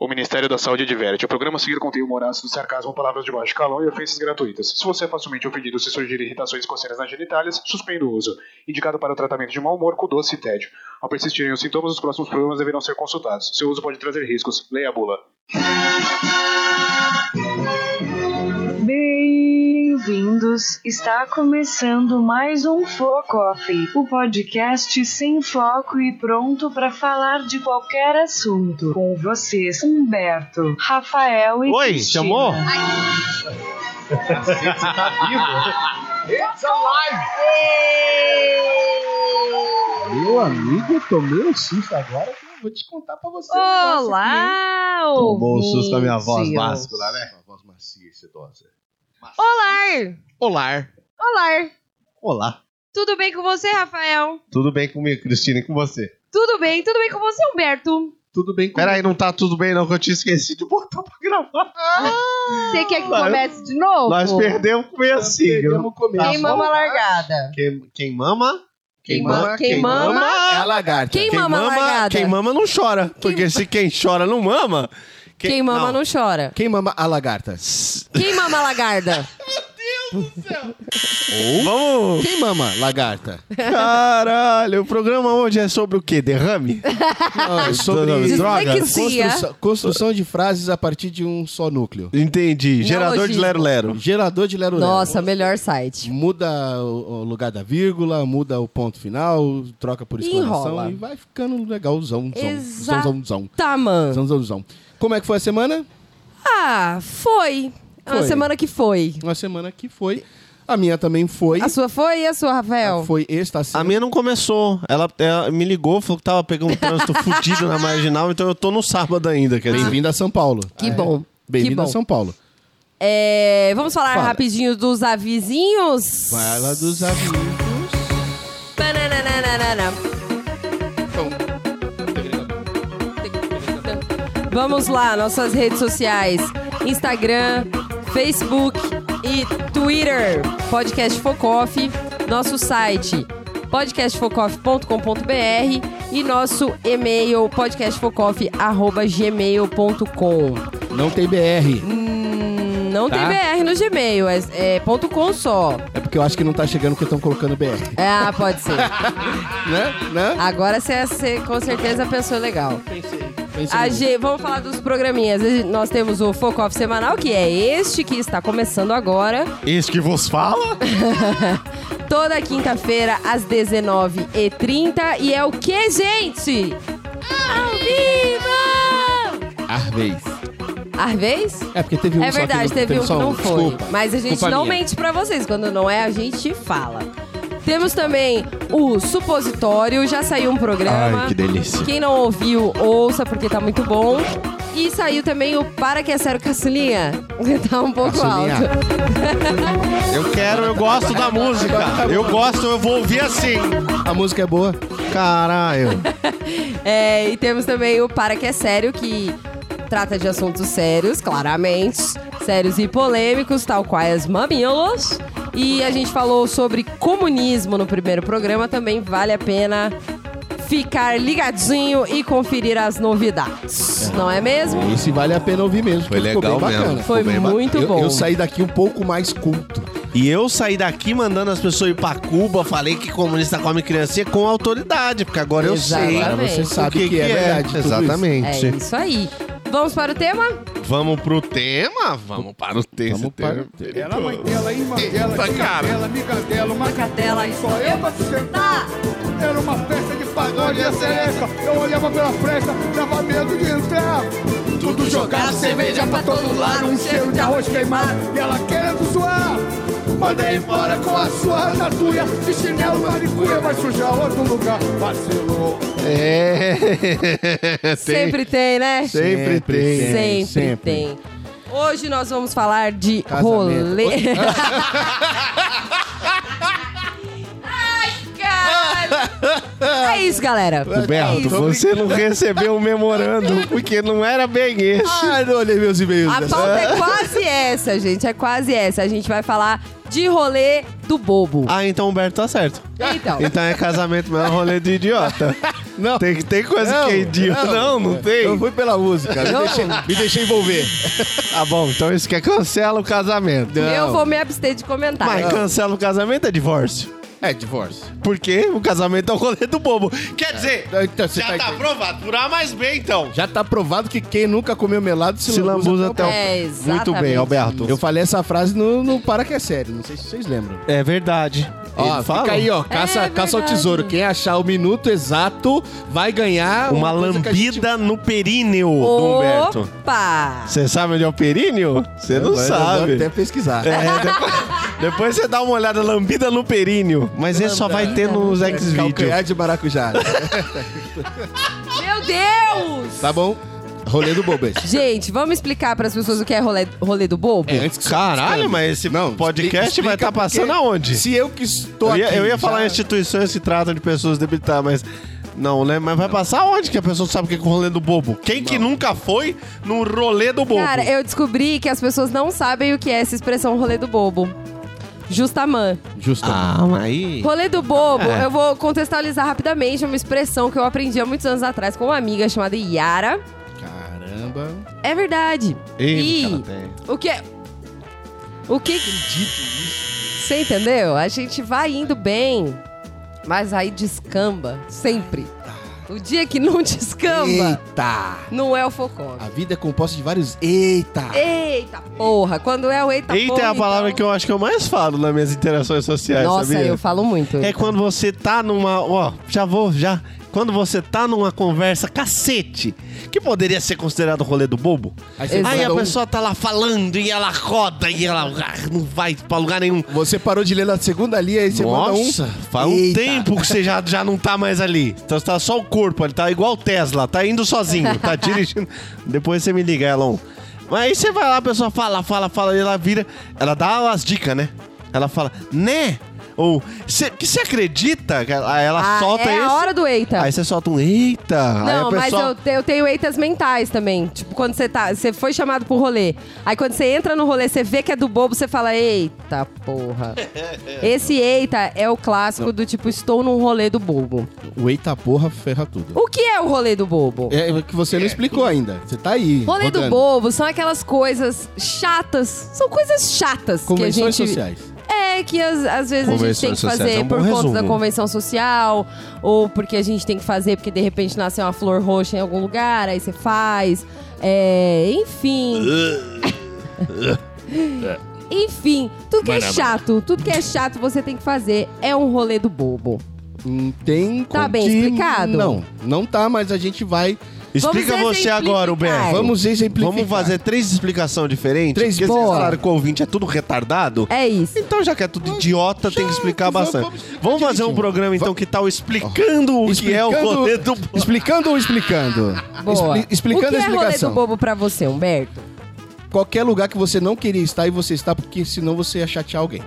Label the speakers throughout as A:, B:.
A: O Ministério da Saúde adverte. O programa a seguir contém humor ácido, sarcasmo, palavras de baixo calão e ofensas gratuitas. Se você é facilmente ofendido se surgirem irritações e coceiras nas genitálias, suspenda o uso. Indicado para o tratamento de mau humor com doce e tédio. Ao persistirem os sintomas, os próximos programas deverão ser consultados. Seu uso pode trazer riscos. Leia a bula.
B: Bem-vindos! Está começando mais um Foco Off, o podcast sem foco e pronto para falar de qualquer assunto. Com vocês, Humberto, Rafael e
C: Oi,
B: Cristina.
C: chamou?
D: It's alive!
E: Meu amigo, tomei um susto agora que eu vou te contar pra você. um negócio aqui, hein?
F: Olá!
E: Tomou um susto com a minha voz
F: ouvintes.
E: máscula, né?
D: Uma voz macia e sedosa.
F: Olá!
E: Olá.
F: Olá!
E: Olá.
F: Tudo bem com você, Rafael?
E: Tudo bem comigo, Cristina, e com você?
F: Tudo bem, tudo bem com você, Humberto?
E: Tudo bem comigo. Peraí, não tá tudo bem não, que eu tinha esquecido de botar pra gravar.
F: Tá Você quer que
E: Nós-
F: comece de novo?
E: Nós perdemos com meia sigla.
D: Perdemos o começo.
C: Tá
F: Quem mama a largada?
E: Quem, quem mama...
F: Quem mama- quem mama-
D: É a lagarta.
G: Quem mama a largada?
C: quem mama não chora. Porque se quem chora não mama.
G: Quem, mama não, chora.
D: Quem mama a lagarta?
G: Quem mama a lagarda?
C: Vamos!
D: Quem mama lagarta?
C: Caralho, o programa hoje é sobre o quê? Derrame?
D: Ah, sobre
G: Dislexia.
D: Construção, construção de frases a partir de um só núcleo.
C: Entendi. Gerador de lero-lero.
D: Gerador de lero lero.
G: Nossa, melhor site.
D: Muda o o lugar da vírgula, muda o ponto final, troca por
G: E
D: exclamação
G: enrola.
D: e vai ficando legalzão. Zão,
G: Exa-
D: zão, zão,
G: Tá, mano.
D: zão, zão, zão. Como é que foi a semana?
G: Ah, foi. É Uma
D: Foi.
G: semana que foi.
D: Uma semana que foi. A minha também foi.
G: A sua foi e a sua, Rafael?
D: Foi esta sendo.
C: A minha não começou. Ela, ela me ligou, falou que tava pegando um trânsito fudido na marginal, então eu tô no sábado ainda, quer dizer.
D: Bem-vinda a São Paulo. É.
G: Que bom. Que
D: Bem-vinda a
G: bom.
D: São Paulo.
G: É, vamos falar
D: Fala.
G: rapidinho dos avisinhos?
D: Vai lá dos amigos.
G: Bananananana. Vamos lá, nossas redes sociais: Instagram, Facebook e Twitter. Podcast Focoff, nosso site podcastfocoff.com.br e nosso e-mail podcastfocoff@gmail.com.
D: Não tem BR.
G: Hum, não
D: Tá.
G: tem BR no Gmail, é, é ponto .com só.
D: É porque eu acho que não tá chegando porque estão colocando BR.
G: Ah, pode ser.
D: né? Né?
G: Agora você é, você com certeza pensou legal.
D: Pensa
G: A
D: no-
G: G- vamos falar dos programinhas. Nós temos o Foco Off semanal, que é este que está começando agora.
C: Isso que vos fala?
G: Toda quinta-feira, às 19h30. E é o que, gente? Ao vivo!
D: Arvez.
G: Arvez?
D: É porque teve um
G: é
D: só que
G: verdade,
D: não-
G: teve um que
D: só
G: não foi.
D: Desculpa.
G: Mas a gente
D: Culpa
G: não
D: minha.
G: mente pra vocês. Quando não é, a gente fala. Temos também o Supositório. Já saiu um programa.
C: Ai, que delícia.
G: Quem não ouviu, ouça, porque tá muito bom. E saiu também o Para Que É Sério Caçulinha. Tá um pouco
D: Caçulinha.
G: alto.
C: Eu quero, eu gosto da música. Eu gosto, eu vou ouvir assim.
D: A música é boa.
C: Caralho.
G: É, e temos também o Para Que É Sério, que trata de assuntos sérios, claramente. Sérios e polêmicos, tal quais mamilos. E a gente falou sobre comunismo no primeiro programa. Também vale a pena ficar ligadinho e conferir as novidades. Não é mesmo?
D: Esse vale a pena ouvir mesmo.
C: Foi
D: que ficou
C: legal
D: bem
C: mesmo.
D: bacana.
G: Foi
C: bem ba-
G: muito
D: eu,
G: bom.
D: eu saí daqui um pouco mais culto.
C: E eu saí daqui mandando as pessoas ir pra Cuba, falei que comunista come criancinha com autoridade, porque agora eu sei.
G: Exatamente.
D: Agora você sabe que, é, verdade. tudo isso.
C: Exatamente.
G: É isso aí. Vamos para o tema?
C: Vamos pro tema? Vamos para o tema.
D: Vamos para o tema.
C: Ela, mãe dela, irmã dela, cara.
G: Catela aí.
H: Era uma festa de pagode e a celeste. Eu olhava pela fresta, dava medo de entrar. Tudo jogado, cerveja pra todo lado, um cheiro de arroz queimado. E ela querendo zoar. Mandei embora com a sua natuia. De chinelo, maricuia, vai sujar outro lugar. Vacilou.
C: É.
G: Sempre tem, né?
C: Sempre, tem.
G: Sempre,
D: sempre.
G: tem. Hoje nós vamos falar de
D: Casamento.
G: rolê. Ai, caralho! É isso, galera. É
C: Roberto,
G: isso.
C: você não recebeu o memorando, porque não era bem esse.
D: Ah, não olhei meus e-mails.
G: A pauta é quase essa, gente. É quase essa. A gente vai falar de rolê do bobo.
C: Ah, então o Humberto tá certo.
G: Então,
C: Então é casamento, mas é um rolê de idiota.
D: Não.
C: Tem, tem coisa que é idiota. Não, não tem.
D: Eu fui pela música. Me
G: Não.
D: deixei, me deixei envolver.
C: Tá bom, então isso quer cancela o casamento.
G: Eu vou me abster de comentar.
C: Então. Mas cancela o casamento é divórcio.
D: É, divórcio.
C: Porque o casamento é o rolê do bobo. Quer dizer,
D: Então, você
C: já
D: tá
C: tá
D: entendendo.
C: aprovado por A mais B, então.
D: Já tá provado que quem nunca comeu melado se,
C: Se lambuza até o...
G: É,
C: então. Muito
G: exatamente
C: bem, Alberto.
D: Eu falei essa frase no, no Para Que É Sério. Não sei se vocês lembram.
C: É verdade.
D: Ó,
C: Ele
D: fica
C: fala.
D: aí, ó. Caça,
G: É
D: caça ao
G: verdade.
D: tesouro. Quem achar o minuto exato vai ganhar
C: Uma
D: coisa que a
C: lambida
D: gente-
C: no períneo do Humberto.
G: Opa!
C: Você sabe onde é o períneo? Você não
D: Eu vou- eu
C: sabe.
D: Vou até pesquisar.
C: É, depois, depois você dá uma olhada, lambida no períneo. Mas esse só vai ter nos X-Videos.
D: Calcanhar de maracujá.
G: Meu Deus!
D: tá bom? Rolê do bobo esse.
G: Gente, vamos explicar para as pessoas o que é rolê, rolê do bobo?
D: É, antes que-
C: Caralho, mas esse
D: Não,
C: podcast
D: explica
C: vai estar
D: porque
C: passando aonde?
D: Se tá eu que estou
C: Eu ia,
D: aqui...
C: eu ia
D: já-
C: falar instituições que tratam de pessoas debilitar, mas. Não, né? Mas vai passar onde que a pessoa sabe o que é o rolê do bobo? Quem que nunca foi no rolê do bobo?
G: Cara, eu descobri que as pessoas não sabem o que é essa expressão rolê do bobo. Justamã.
D: Justo.
C: Ah, mas aí.
G: Rolê do bobo,
C: É.
G: eu vou contextualizar rapidamente uma expressão que eu aprendi há muitos anos atrás com uma amiga chamada Yara.
D: Caramba.
G: É verdade.
C: Ih,
G: e
C: cara, tem.
G: o que é- O que Você entendeu? A gente vai indo bem, mas aí descamba sempre. O dia que não descamba
D: Eita.
G: não é o focó.
D: A vida é composta de vários... Eita.
G: Eita porra, quando é o eita,
C: Eita
G: porra,
C: é a palavra
G: então-
C: que eu acho que eu mais falo nas minhas interações sociais,
G: Nossa,
C: sabia?
G: eu falo muito.
C: É quando você tá numa. Ó, já vou, já. Quando você tá numa conversa cacete, que poderia ser considerado o rolê do bobo.
D: Aí você
C: Aí
D: manda
C: a
D: um-
C: pessoa tá lá falando e ela roda e ela ah, não vai pra lugar nenhum.
D: Você parou de ler na segunda linha e você manda um...
C: Nossa, faz um
D: Eita.
C: tempo que você já, já não tá mais ali. Então você tá só o corpo, ele tá igual o Tesla, tá indo sozinho, tá dirigindo. Depois você me liga, Elon. Mas aí você vai lá, a pessoa fala, fala, fala, e ela vira. Ela dá umas dicas, né? Ela fala, né? Ou, "Cê- que você acredita? Aí ela
G: Ah,
C: solta
G: é
C: esse.
G: a hora do eita.
C: Aí você solta um eita. aí
G: Não,
C: a pessoa...
G: mas eu, te- eu tenho eitas mentais também. Tipo, quando você tá, você foi chamado pro rolê. Aí quando você entra no rolê, você vê que é do bobo, você fala: "Eita, porra". Esse eita é o clássico do tipo estou num rolê do bobo.
D: O eita porra ferra tudo.
G: O que é o rolê do bobo?
D: É o que você não explicou ainda. Você tá aí.
G: Rolê do
D: rodando.
G: bobo são aquelas coisas chatas, são coisas chatas que a
D: Convenções
G: gente
D: sociais.
G: É que às, às vezes a gente
C: Convenções
G: tem que
C: sociais,
G: fazer
C: é um bom
G: por
C: resumo.
G: conta da convenção social, ou porque a gente tem que fazer porque de repente nasceu uma flor roxa em algum lugar, aí você faz. É, enfim.
C: É.
G: enfim, tudo que é chato, tudo que é chato você tem que fazer é um rolê do bobo.
D: Hum, Tem
G: Tá
D: com
G: bem
D: que-
G: explicado?
D: Não, não tá, mas a gente vai.
C: Explica
G: Vamos
C: você agora,
G: exemplificar.
C: Huberto.
D: Vamos exemplificar.
C: Vamos fazer três explicações diferentes.
D: Três,
C: porque vocês
D: boa.
C: falaram que o ouvinte é tudo retardado.
G: É isso.
C: Então, já que é tudo idiota, tem que explicar
D: vamos-
C: bastante.
D: vamos
C: Vamos,
D: explicar
C: fazer um
D: direitinho.
C: programa, então, que tal explicando o que é o
D: Explicando-
C: rolê do...
D: Explicando ou explicando?
G: Boa.
D: Expli- explicando
G: o que
D: a
G: é rolê do
D: explicação.
G: bobo pra você, Humberto?
D: Qualquer lugar que você não queria estar e você está, porque senão você ia chatear alguém.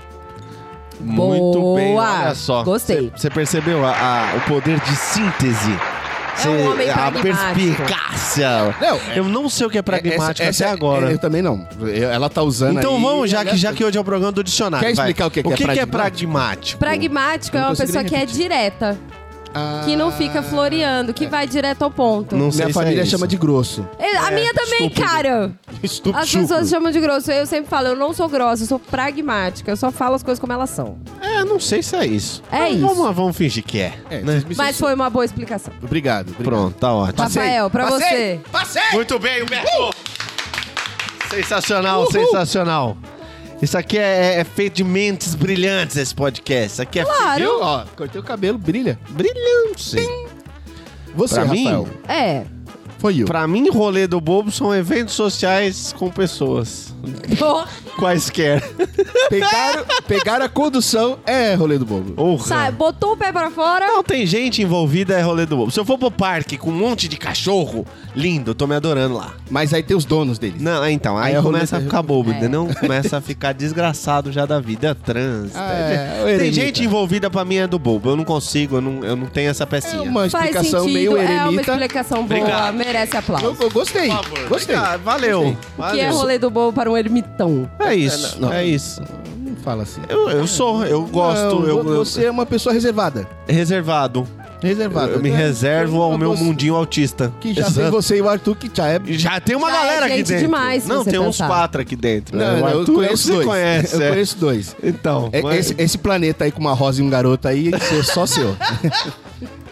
C: Muito bem, olha só.
G: Gostei.
C: Você percebeu a- a- o poder de síntese? Cê-
G: um homem
C: a
G: pragmático.
C: perspicácia.
D: Não,
C: Eu não sei o que é pragmático
D: essa- essa-
C: até agora.
D: é, eu também não. Eu- ela tá usando.
C: então
D: aí-
C: vamos, já que, já que hoje é o programa do dicionário.
D: Quer
C: vai.
D: explicar o que que
C: o
D: é
C: que, que é pragmático?
D: pragmático?
G: Pragmático é
D: não
G: uma
D: consegui
G: pessoa
D: nem
G: que é
D: repetir.
G: direta,
D: Ah,
G: que não fica floreando, que vai direto ao ponto.
C: Não sei
D: Minha
C: se
D: família
C: é isso.
D: chama de grosso.
G: É, A minha também,
C: estúpido.
G: cara.
D: Estúpido.
G: As pessoas chamam de grosso. Eu sempre falo, eu não sou grossa, eu sou pragmática. Eu só falo as coisas como elas são.
C: É, não sei se é isso.
G: É
C: Mas
G: isso.
C: Vamos, vamos fingir que é.
D: É,
C: né?
D: vocês me
G: Mas
D: censuram.
G: foi uma boa explicação.
D: Obrigado, obrigado.
C: Pronto, tá ótimo.
G: Rafael, pra
D: Passei!
G: você.
D: Passei!
C: Muito bem, Humberto! Sensacional, sensacional. Isso aqui é, é feito de mentes brilhantes, esse podcast. Isso aqui é
G: Claro.
D: Viu? Ó, cortei o cabelo, brilha.
C: brilhante.
D: Você,
C: Pra mim?
D: Rafael,
G: É.
D: foi eu.
C: Pra mim, rolê do bobo são eventos sociais com pessoas.
G: Tô-
C: Quaisquer.
D: Pegaram, pegaram a condução, é rolê do bobo.
C: Honra.
G: Sai, botou o pé pra fora.
C: Não tem gente envolvida, é rolê do bobo. Se eu for pro parque com um monte de cachorro, lindo, eu tô me adorando lá.
D: Mas aí tem os donos deles.
C: Não, é, então, aí,
D: Aí é rolê
C: começa a
D: do-
C: ficar bobo,
G: É.
C: entendeu? Começa a ficar desgraçado já da vida trans.
D: Ah, é, o eremita.
C: Tem gente envolvida pra mim é do bobo. Eu não consigo, eu não, eu não tenho essa
D: É
C: pecinha.
D: uma
G: Faz
D: explicação
G: sentido,
D: meio
G: é uma
D: eremita.
G: explicação boa,
C: Obrigado.
G: merece
D: eu,
G: aplauso.
D: eu gostei, gostei.
C: Ah, valeu.
G: Que é
C: valeu.
G: rolê do bobo para um ermitão.
C: É isso,
D: Não, não.
C: é isso.
D: Não fala assim.
C: Eu, eu sou, eu gosto,
D: Não,
C: eu, eu-
D: Você é uma pessoa reservada.
C: reservado.
D: Reservado.
C: Eu me
D: É,
C: reservo ao
D: eu
C: meu
D: gosto.
C: mundinho autista.
D: Que já tem
C: Exato.
D: você e o Arthur, que já é...
C: Já tem uma
G: Já é
C: galera aqui
G: gente
C: dentro.
G: demais, se
C: não,
G: você tá
C: tem uns
G: pensar.
C: quatro aqui dentro. né?
D: Não,
C: O
D: não, eu
C: Arthur,
D: conheço
C: você
D: dois.
C: conhece,
D: eu
C: é.
D: conheço dois.
C: Então,
D: É,
C: mas-
D: esse, esse planeta aí com uma rosa e um garoto aí, isso é só seu.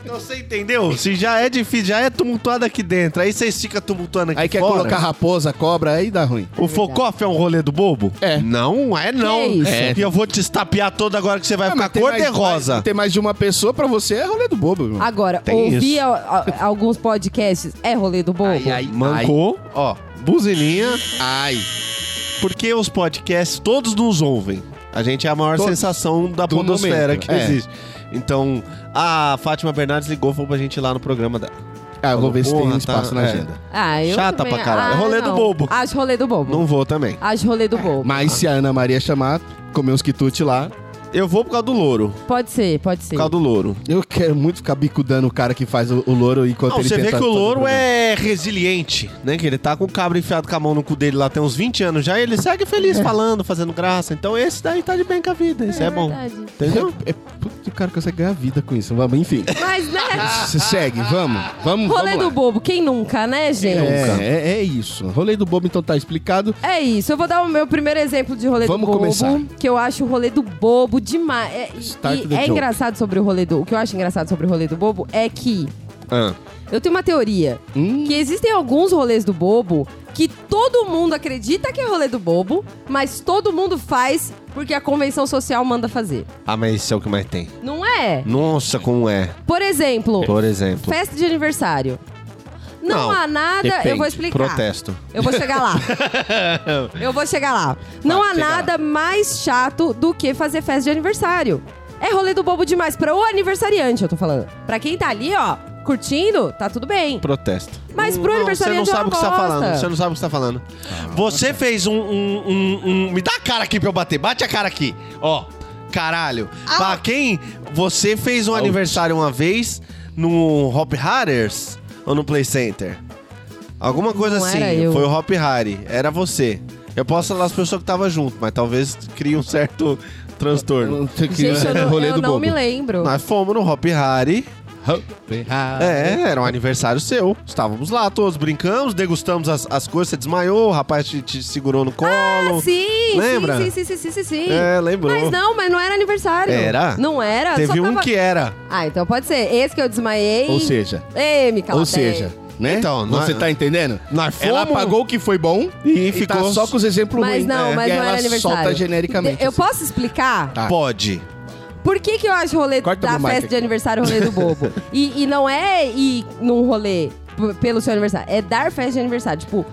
C: Então você entendeu? Se já é difícil, já é tumultuado aqui dentro. Aí vocês ficam tumultuando aqui
D: Aí quer
C: fora.
D: colocar raposa, cobra, aí dá ruim.
C: O Focoff é um rolê do bobo?
D: É.
C: Não, é não.
G: Que isso?
C: É. E eu vou te estapear todo agora que você vai
D: Ah,
C: ficar
D: mas tem
C: cor de
D: mais-
C: rosa.
D: mais- Tem mais de uma pessoa, pra você é rolê do bobo, irmão.
G: Agora,
C: Tem
G: ouvir
C: isso.
G: a- a- alguns podcasts é rolê do bobo?
C: Mancou, ó, buzininha. Ai. Porque os podcasts todos nos ouvem. A gente é a maior
D: Todos.
C: sensação da
D: Do
C: podosfera
D: momento,
C: que
D: é.
C: existe. Então, a Fátima Bernardes ligou falou pra gente ir lá no programa dela.
D: Ah, eu vou ver se tem
C: Porra,
D: um espaço
C: tá-
D: na
C: é.
D: agenda.
G: Ah, eu
C: Chata
G: também-
C: pra caralho. É rolê do
G: não.
C: bobo.
G: Acho rolê do bobo.
C: Não Ah, vou também.
G: Acho rolê do bobo.
D: Mas se a Ana Maria chamar, comer uns quitutes lá,
C: Eu vou por causa do louro.
G: Pode ser, pode ser.
C: Por causa do louro.
D: eu quero muito ficar bicudando o cara que faz o, o louro enquanto
C: Não,
D: ele
C: você vê
D: tenta
C: que o
D: fazer
C: louro
D: programa.
C: é resiliente, né? Que ele tá com o cabra enfiado com a mão no cu dele lá tem uns 20 anos já e ele segue feliz falando, fazendo graça. Então esse daí tá de bem com a vida, isso é, bom.
G: verdade.
C: Entendeu?
D: É, é, putz, o cara consegue ganhar vida com isso. Vamos, enfim.
G: Mas, né?
D: Você segue, vamos. Vamos,
G: rolê
D: vamos
G: do
D: lá.
G: bobo, quem nunca, né, gente?
D: É, é, é isso. Rolê do bobo, então tá explicado.
G: É isso, eu vou dar o meu primeiro exemplo de rolê
D: Vamos
G: do bobo.
D: começar.
G: Que eu acho o rolê do bobo demais. É, e-
D: Start
G: e
D: the
G: é
D: joke.
G: engraçado sobre o rolê do. O que eu acho engraçado sobre o rolê do bobo é que. Eu tenho uma teoria.
D: Hum.
G: Que existem alguns rolês do bobo que todo mundo acredita que é rolê do bobo, mas todo mundo faz porque a convenção social manda fazer.
C: Ah, mas isso é o que mais tem.
G: Não é?
C: Nossa, como é.
G: Por exemplo,
C: Por exemplo.
G: festa de aniversário. Não,
C: Não,
G: há nada. eu vou
C: Depende.
G: explicar.
C: Protesto.
G: Eu vou chegar lá. Eu vou chegar lá. Não há
D: chega
G: nada mais chato do que fazer festa de aniversário. É rolê do bobo demais pra o aniversariante, eu tô falando. Pra quem tá ali, ó, curtindo, tá tudo bem.
C: Protesto.
G: Mas pro
C: Você não
G: aniversariante é
C: sabe
G: uma
C: o que você tá
G: bosta.
C: falando. Você não sabe o que você tá falando. você fez um, um- um- um- Me dá a cara aqui pra eu bater. Bate a cara aqui. Ó. Caralho.
G: Ah.
C: Pra quem. Você fez um aniversário uma vez no Hop Hatters ou no Play Center? Alguma coisa
G: Não
C: assim.
G: era eu.
C: Foi o Hop Harry. Era você. Eu posso falar as pessoas que estavam junto, mas talvez crie um certo transtorno.
G: Gente, eu não, eu não me lembro.
C: Nós fomos no Hop Harry.
D: É.
C: É, era um aniversário seu. Estávamos lá todos, brincamos, degustamos as, as coisas, você desmaiou, o rapaz te, te segurou no colo.
G: Ah, sim,
C: Lembra?
G: sim, sim, sim, sim, sim, sim.
C: É, lembrou.
G: Mas não, mas não era aniversário.
C: Era?
G: Não era.
C: Teve
G: só
C: um
G: tava-
C: que era.
G: Ah, então pode ser. Esse que eu desmaiei.
D: Ou seja,
G: Ei, me cala
D: ou
G: bem.
D: seja, né?
C: Então, nós-
D: você tá entendendo?
C: Nós fomos.
D: Ela apagou o que foi bom
C: E
D: tá
C: ficou-
D: só com os exemplos
G: Mas
D: ruins. É,
G: não, mas
D: e
G: não
D: ela
G: era aniversário.
D: solta genericamente.
G: Eu
D: assim.
G: posso explicar?
D: Tá.
C: Pode.
G: Por que, que eu acho rolê
D: Corta
G: da
D: pro Mike
G: festa
D: aqui.
G: de aniversário rolê do bobo? e, e não é ir num rolê p- pelo seu aniversário, é dar festa de aniversário. Tipo,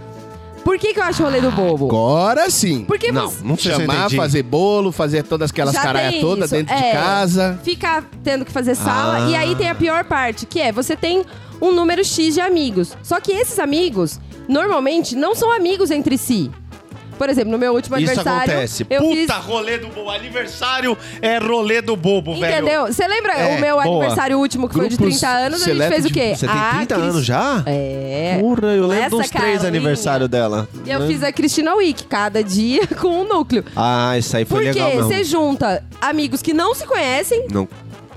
G: por que, que eu acho rolê do bobo?
D: Agora sim.
G: Porque
C: Não,
G: você
C: não sei se eu
D: Chamar,
C: entendi.
D: fazer bolo, fazer todas aquelas
G: Já
D: caralhas
G: tem
D: todas
G: isso,
D: dentro de
G: é.
D: casa.
G: fica tendo que fazer sala
C: Ah.
G: e aí tem a pior parte, que é você tem um número X de amigos. Só que esses amigos normalmente não são amigos entre si. Por exemplo, no meu último
C: Isso
G: aniversário,
C: acontece.
G: eu
C: Puta,
G: fiz
C: rolê do bobo. Aniversário é rolê do bobo, velho.
G: Entendeu? Você lembra
C: É,
G: o meu
C: boa.
G: aniversário último, que foi de
D: Grupos
G: 30 anos? A gente
D: seleto
G: fez o
D: de-
G: quê?
C: Você tem
G: A
C: 30
G: Cris-
C: anos já?
G: É.
C: Porra, eu
G: Com
C: lembro
G: essa
C: dos três
G: carinha.
C: aniversários dela. né?
G: E eu fiz a Cristina Wick, cada dia com um núcleo.
C: Ah, isso aí foi
G: Porque
C: legal, não.
G: você junta amigos que não se conhecem
C: Não.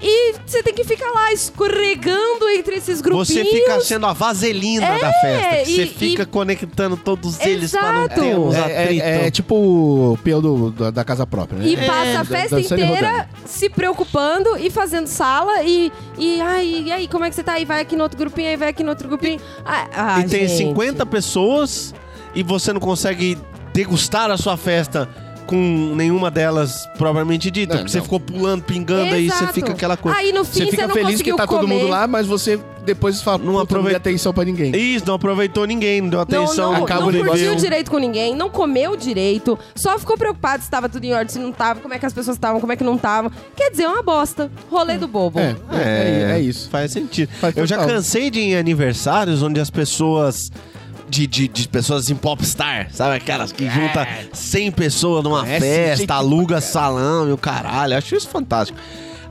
G: e você tem que ficar lá escorregando entre esses grupinhos. É,
C: Você fica sendo a vaselina da festa. que você
G: e-
C: fica
G: e-
C: conectando todos eles para não
G: Exato.
C: ter uns
D: É, é-
C: atritos.
D: é tipo o pelo do- da, da casa própria, né?
G: E
C: É.
G: passa a
D: da-
G: festa
D: dançando e rodando.
G: inteira se preocupando e fazendo sala e. E, ai, e aí, como é que você tá? E vai aqui no outro grupinho, aí vai aqui no outro grupinho. Ah, ah,
C: e tem
G: gente.
C: 50 pessoas e você não consegue degustar a sua festa com nenhuma delas propriamente dita,
D: Não,
C: porque
D: não.
C: você ficou pulando, pingando, aí você
G: Exato.
C: fica aquela coisa.
G: Aí no
D: Você
G: fim você,
D: fica
G: não
D: feliz que
G: conseguiu
D: tá todo
G: comer.
D: mundo lá, mas você depois fala,
C: Não
D: "Puta,
C: aproveita-
D: dei atenção pra ninguém.
C: Isso, não aproveitou ninguém, não deu atenção.
G: não, não,
D: acaba
G: não
D: o negócio.
G: curtiu direito com ninguém, não comeu direito, só ficou preocupado se estava tudo em ordem, se não tava, como é que as pessoas estavam, como é que não estavam. Quer dizer, é uma bosta. Rolê do bobo.
D: É, é, é
C: Isso
D: isso.
C: Faz sentido.
D: Faz
C: eu já
D: total.
C: cansei de ir em aniversários onde as pessoas. De, de, de pessoas em popstar, sabe? Aquelas que junta 100 pessoas numa
D: Conhece gente
C: festa,
D: pra
C: aluga salão e o caralho. Acho isso fantástico.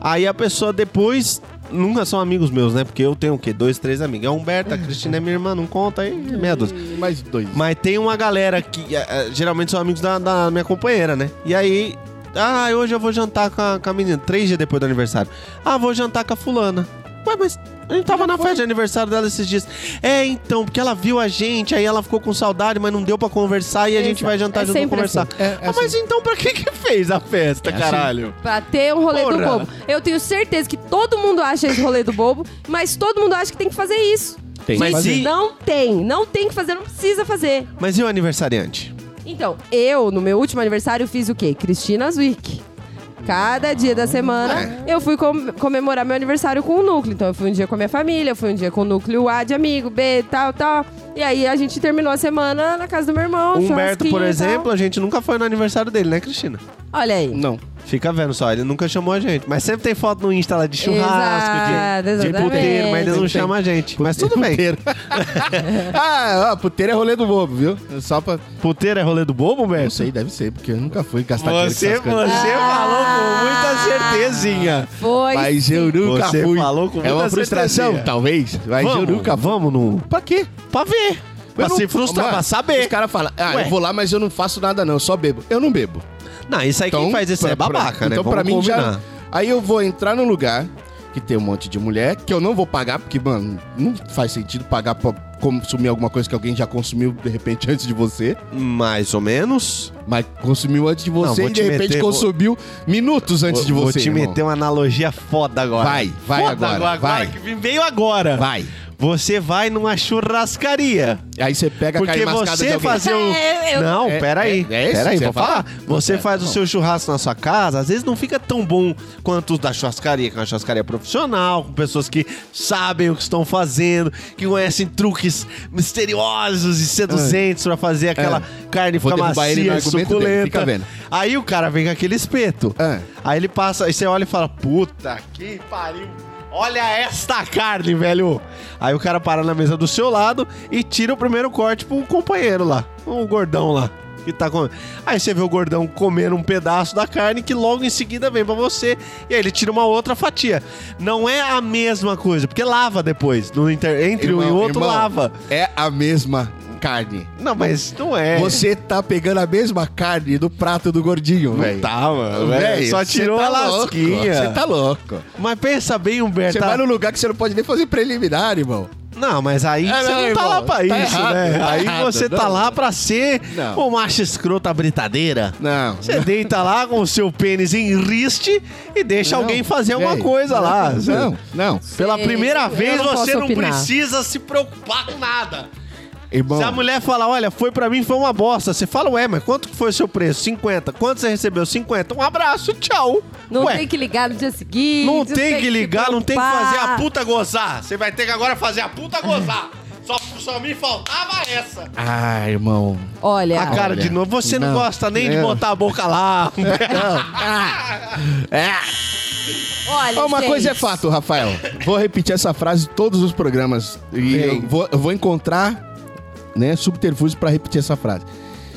C: Aí a pessoa depois. Nunca são amigos meus, né? Porque eu tenho o quê? Dois, três amigos. É a Humberta, a Cristina é minha irmã, não conta aí, é meia dúzia.
D: Mais dois.
C: Mas tem uma galera que eh, eh, geralmente são amigos da, da minha companheira, né? E aí, ah, hoje eu vou jantar com a, com a menina, três dias depois do aniversário. Ah, vou jantar com a fulana. Ué, mas a gente tava na festa de aniversário dela esses dias. É, então, porque ela viu a gente, aí ela ficou com saudade, mas não deu pra conversar e a gente
G: Exato.
C: vai jantar
G: É
C: junto e
G: sempre
C: conversar.
D: assim. É- é
C: Ah, mas então pra que que fez a festa,
D: É assim.
C: caralho?
G: Pra ter um rolê do
C: Porra.
G: bobo. Eu tenho certeza que todo mundo acha esse rolê do bobo, mas todo mundo acha que tem que fazer isso. Tipo,
D: Tem que
C: Mas
D: fazer.
C: e-
G: Não tem, não tem que fazer, não precisa fazer.
C: Mas e o aniversariante?
G: Então, eu, no meu último aniversário, fiz o quê? Cristina Zwick. Cada dia da semana,
C: Ah.
G: eu fui com- comemorar meu aniversário com o núcleo. Então, eu fui um dia com a minha família, eu fui um dia com o núcleo A de amigo, B, tal, tal. E aí, a gente terminou a semana na casa do meu irmão.
C: O Humberto,
G: churrasquinho
C: Um por
G: e tal.
C: exemplo, a gente nunca foi no aniversário dele, né, Cristina?
G: Olha aí.
D: Não.
C: Fica vendo só, ele nunca chamou a gente. Mas sempre tem foto no Insta lá de churrasco, de,
G: Exato,
C: de
G: exatamente.
C: puteiro, mas ele não
D: Tem.
C: chama a gente. Mas tudo bem.
D: Puteiro. ah, ó, puteiro é rolê do bobo, viu? É Só pra.
C: Puteiro é rolê do bobo,
D: Não
C: Humberto?
D: sei, deve ser, porque eu nunca fui gastar dinheiro com
C: Você,
D: essas coisas.
C: você
G: Ah.
C: falou com muita certezinha.
G: Foi.
D: Mas eu nunca
C: Você
D: fui.
C: falou com
D: é uma
C: muita
D: frustração,
C: certeza.
D: talvez. Mas eu nunca fui.
C: vamos no...
D: Pra quê?
C: Pra ver. Pra
D: Eu não-
C: se frustrar,
D: Mano,
C: pra
D: Os
C: saber.
D: caras falam, ah,
C: Ué.
D: eu vou lá, mas eu não faço nada não, eu só bebo. Eu não bebo. Então,
C: Não, isso aí quem faz isso
D: pra-
C: é babaca,
D: pra-
C: né?
D: Então
C: Vamos
D: pra mim
C: combinar.
D: já... Aí eu vou entrar num lugar que tem um monte de mulher, que eu não vou pagar, porque, mano, não faz sentido pagar pra consumir alguma coisa que alguém já consumiu, de repente, antes de você.
C: Mais ou menos.
D: Mas consumiu antes de você
C: vou
D: e,
C: te
D: de repente,
C: meter, vou-
D: consumiu minutos antes
C: vou,
D: de você,
C: Vou te
D: irmão.
C: meter uma analogia foda agora.
D: Vai, vai
C: foda
D: agora, vai.
C: que veio agora.
D: Vai.
C: Você vai numa churrascaria.
D: Aí você pega a
C: Porque
D: carne mascada de
C: você
D: alguém.
C: fazer o. Não,
D: É-
C: peraí.
D: é- é isso
C: peraí,
D: que você
C: vou
D: vai
C: falar.
D: falar?
C: Você
D: É,
C: faz o
D: não.
C: seu churrasco na sua casa, às vezes não fica tão bom quanto os da churrascaria, que é uma churrascaria profissional, com pessoas que sabem o que estão fazendo, que conhecem truques misteriosos e seduzentes pra fazer aquela carne
D: É. Vou
C: ficar
D: derrubar ele no
C: macia, e
D: argumento dele,
C: suculenta.
D: fica vendo.
C: Aí o cara vem com aquele espeto.
D: É.
C: Aí ele passa, aí você olha e fala: Puta que pariu! Olha esta carne, velho! Aí o cara para na mesa do seu lado e tira o primeiro corte pro companheiro lá, o gordão lá. Que tá comendo. Aí você vê o gordão comendo um pedaço da carne que logo em seguida vem pra você e aí ele tira uma outra fatia. Não é a mesma coisa, porque lava depois. No inter- Entre um e
D: Irmão,
C: outro
D: irmão,
C: lava.
D: É a mesma carne.
C: Não, mas não é.
D: Você tá pegando a mesma carne do prato do gordinho,
C: não
D: velho.
C: tá, mano. velho.
D: Véi,
C: Só
D: cê
C: tirou
D: tá
C: a lasquinha. É, tá.
D: Você tá louco.
C: Mas pensa bem,
D: Você
C: Humberto.
D: vai num lugar que você não pode nem fazer preliminar, irmão.
C: Não, mas aí
D: Ah,
C: você não,
D: não,
C: tá
D: irmão,
C: lá pra
D: tá
C: isso,
D: errado,
C: né?
D: tá
C: aí
D: errado,
C: você tá
D: não.
C: lá pra ser
D: Não.
C: o macho escroto à britadeira.
D: Não.
C: Você deita lá com o seu pênis em riste e deixa
D: Não,
C: alguém fazer alguma
D: véi,
C: coisa
D: não,
C: lá.
D: Não, não.
C: Pela
G: Sei,
C: primeira
G: eu
C: vez
G: não
C: você
G: posso
C: não
G: opinar.
C: precisa se preocupar com nada.
D: Irmão,
C: Se a mulher falar, olha, foi pra mim, foi uma bosta. Você fala, ué, mas quanto que foi o seu preço? 50. Quanto você recebeu? 50. Um abraço, tchau.
G: Não
C: Ué,
G: tem que ligar no dia seguinte.
C: não tem que
G: se
C: ligar, não tem que
G: preocupar.
C: fazer a puta gozar. Você vai ter que agora fazer a puta gozar. Só, só me faltava essa.
D: Ah, irmão.
G: Olha,
C: A cara
D: olha,
C: de novo. Você não, É.
D: não,
C: gosta nem de
D: não.
C: botar a boca lá.
G: olha.
D: Ah, Uma
G: gente.
D: coisa é fato, Rafael. Vou repetir essa frase em todos os programas. E eu vou, eu vou encontrar né, subterfúgio pra repetir essa frase.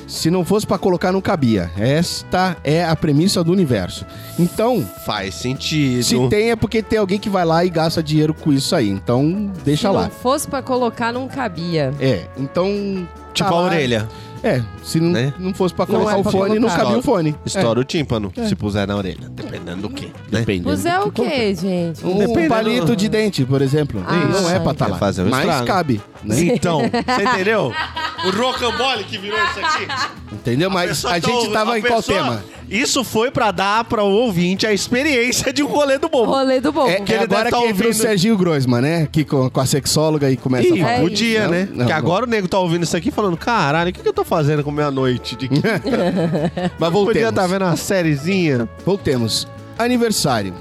D: Se não fosse pra colocar, não cabia. Esta é a premissa do universo. Então,
C: Faz sentido.
D: se tem é porque tem alguém que vai lá e gasta dinheiro com isso aí. Então,
G: Se
D: deixa
G: não
D: lá.
G: fosse pra colocar, não cabia.
D: É, então.
C: tipo
D: tá
C: a
D: lá.
C: orelha.
D: É, se não,
C: Né?
D: não fosse pra
G: Não
D: colocar
G: é
D: o
G: pra
D: fone, não
G: colocar.
D: cabia o fone.
C: Estoura o tímpano, se puser na orelha. É. Dependendo do que. Né?
D: Depende.
G: Mas é o quê, gente?
D: Um
C: Dependendo-
D: palito de dente, por exemplo.
G: Ah,
D: não é
G: entendi.
D: pra estar lá.
C: Quer fazer um
D: mas
C: estrago.
D: cabe. Né?
C: Então, você entendeu? O rocambole que virou isso aqui.
D: Entendeu? Mas
C: pessoa
D: a
C: tá
D: gente
C: ouvindo-
D: tava
C: a
D: em qual
C: pessoa-
D: tema?
C: Isso foi pra dar para o ouvinte a experiência de um rolê do bobo.
G: Rolê do bom.
D: É, que ele
C: deve
D: agora
C: tá
D: que entra o
C: ouvindo-
D: Serginho Groisman, né? Que com, com a sexóloga e começa
C: Ih,
D: a falar.
C: podia,
D: Não,
C: né?
D: não,
C: Porque
D: não.
C: agora o nego tá ouvindo isso aqui e falando: caralho, o que, que eu tô fazendo com minha noite? De quinta?" Podia
D: Mas voltemos.
C: estar vendo uma sériezinha.
D: Voltemos. Aniversário.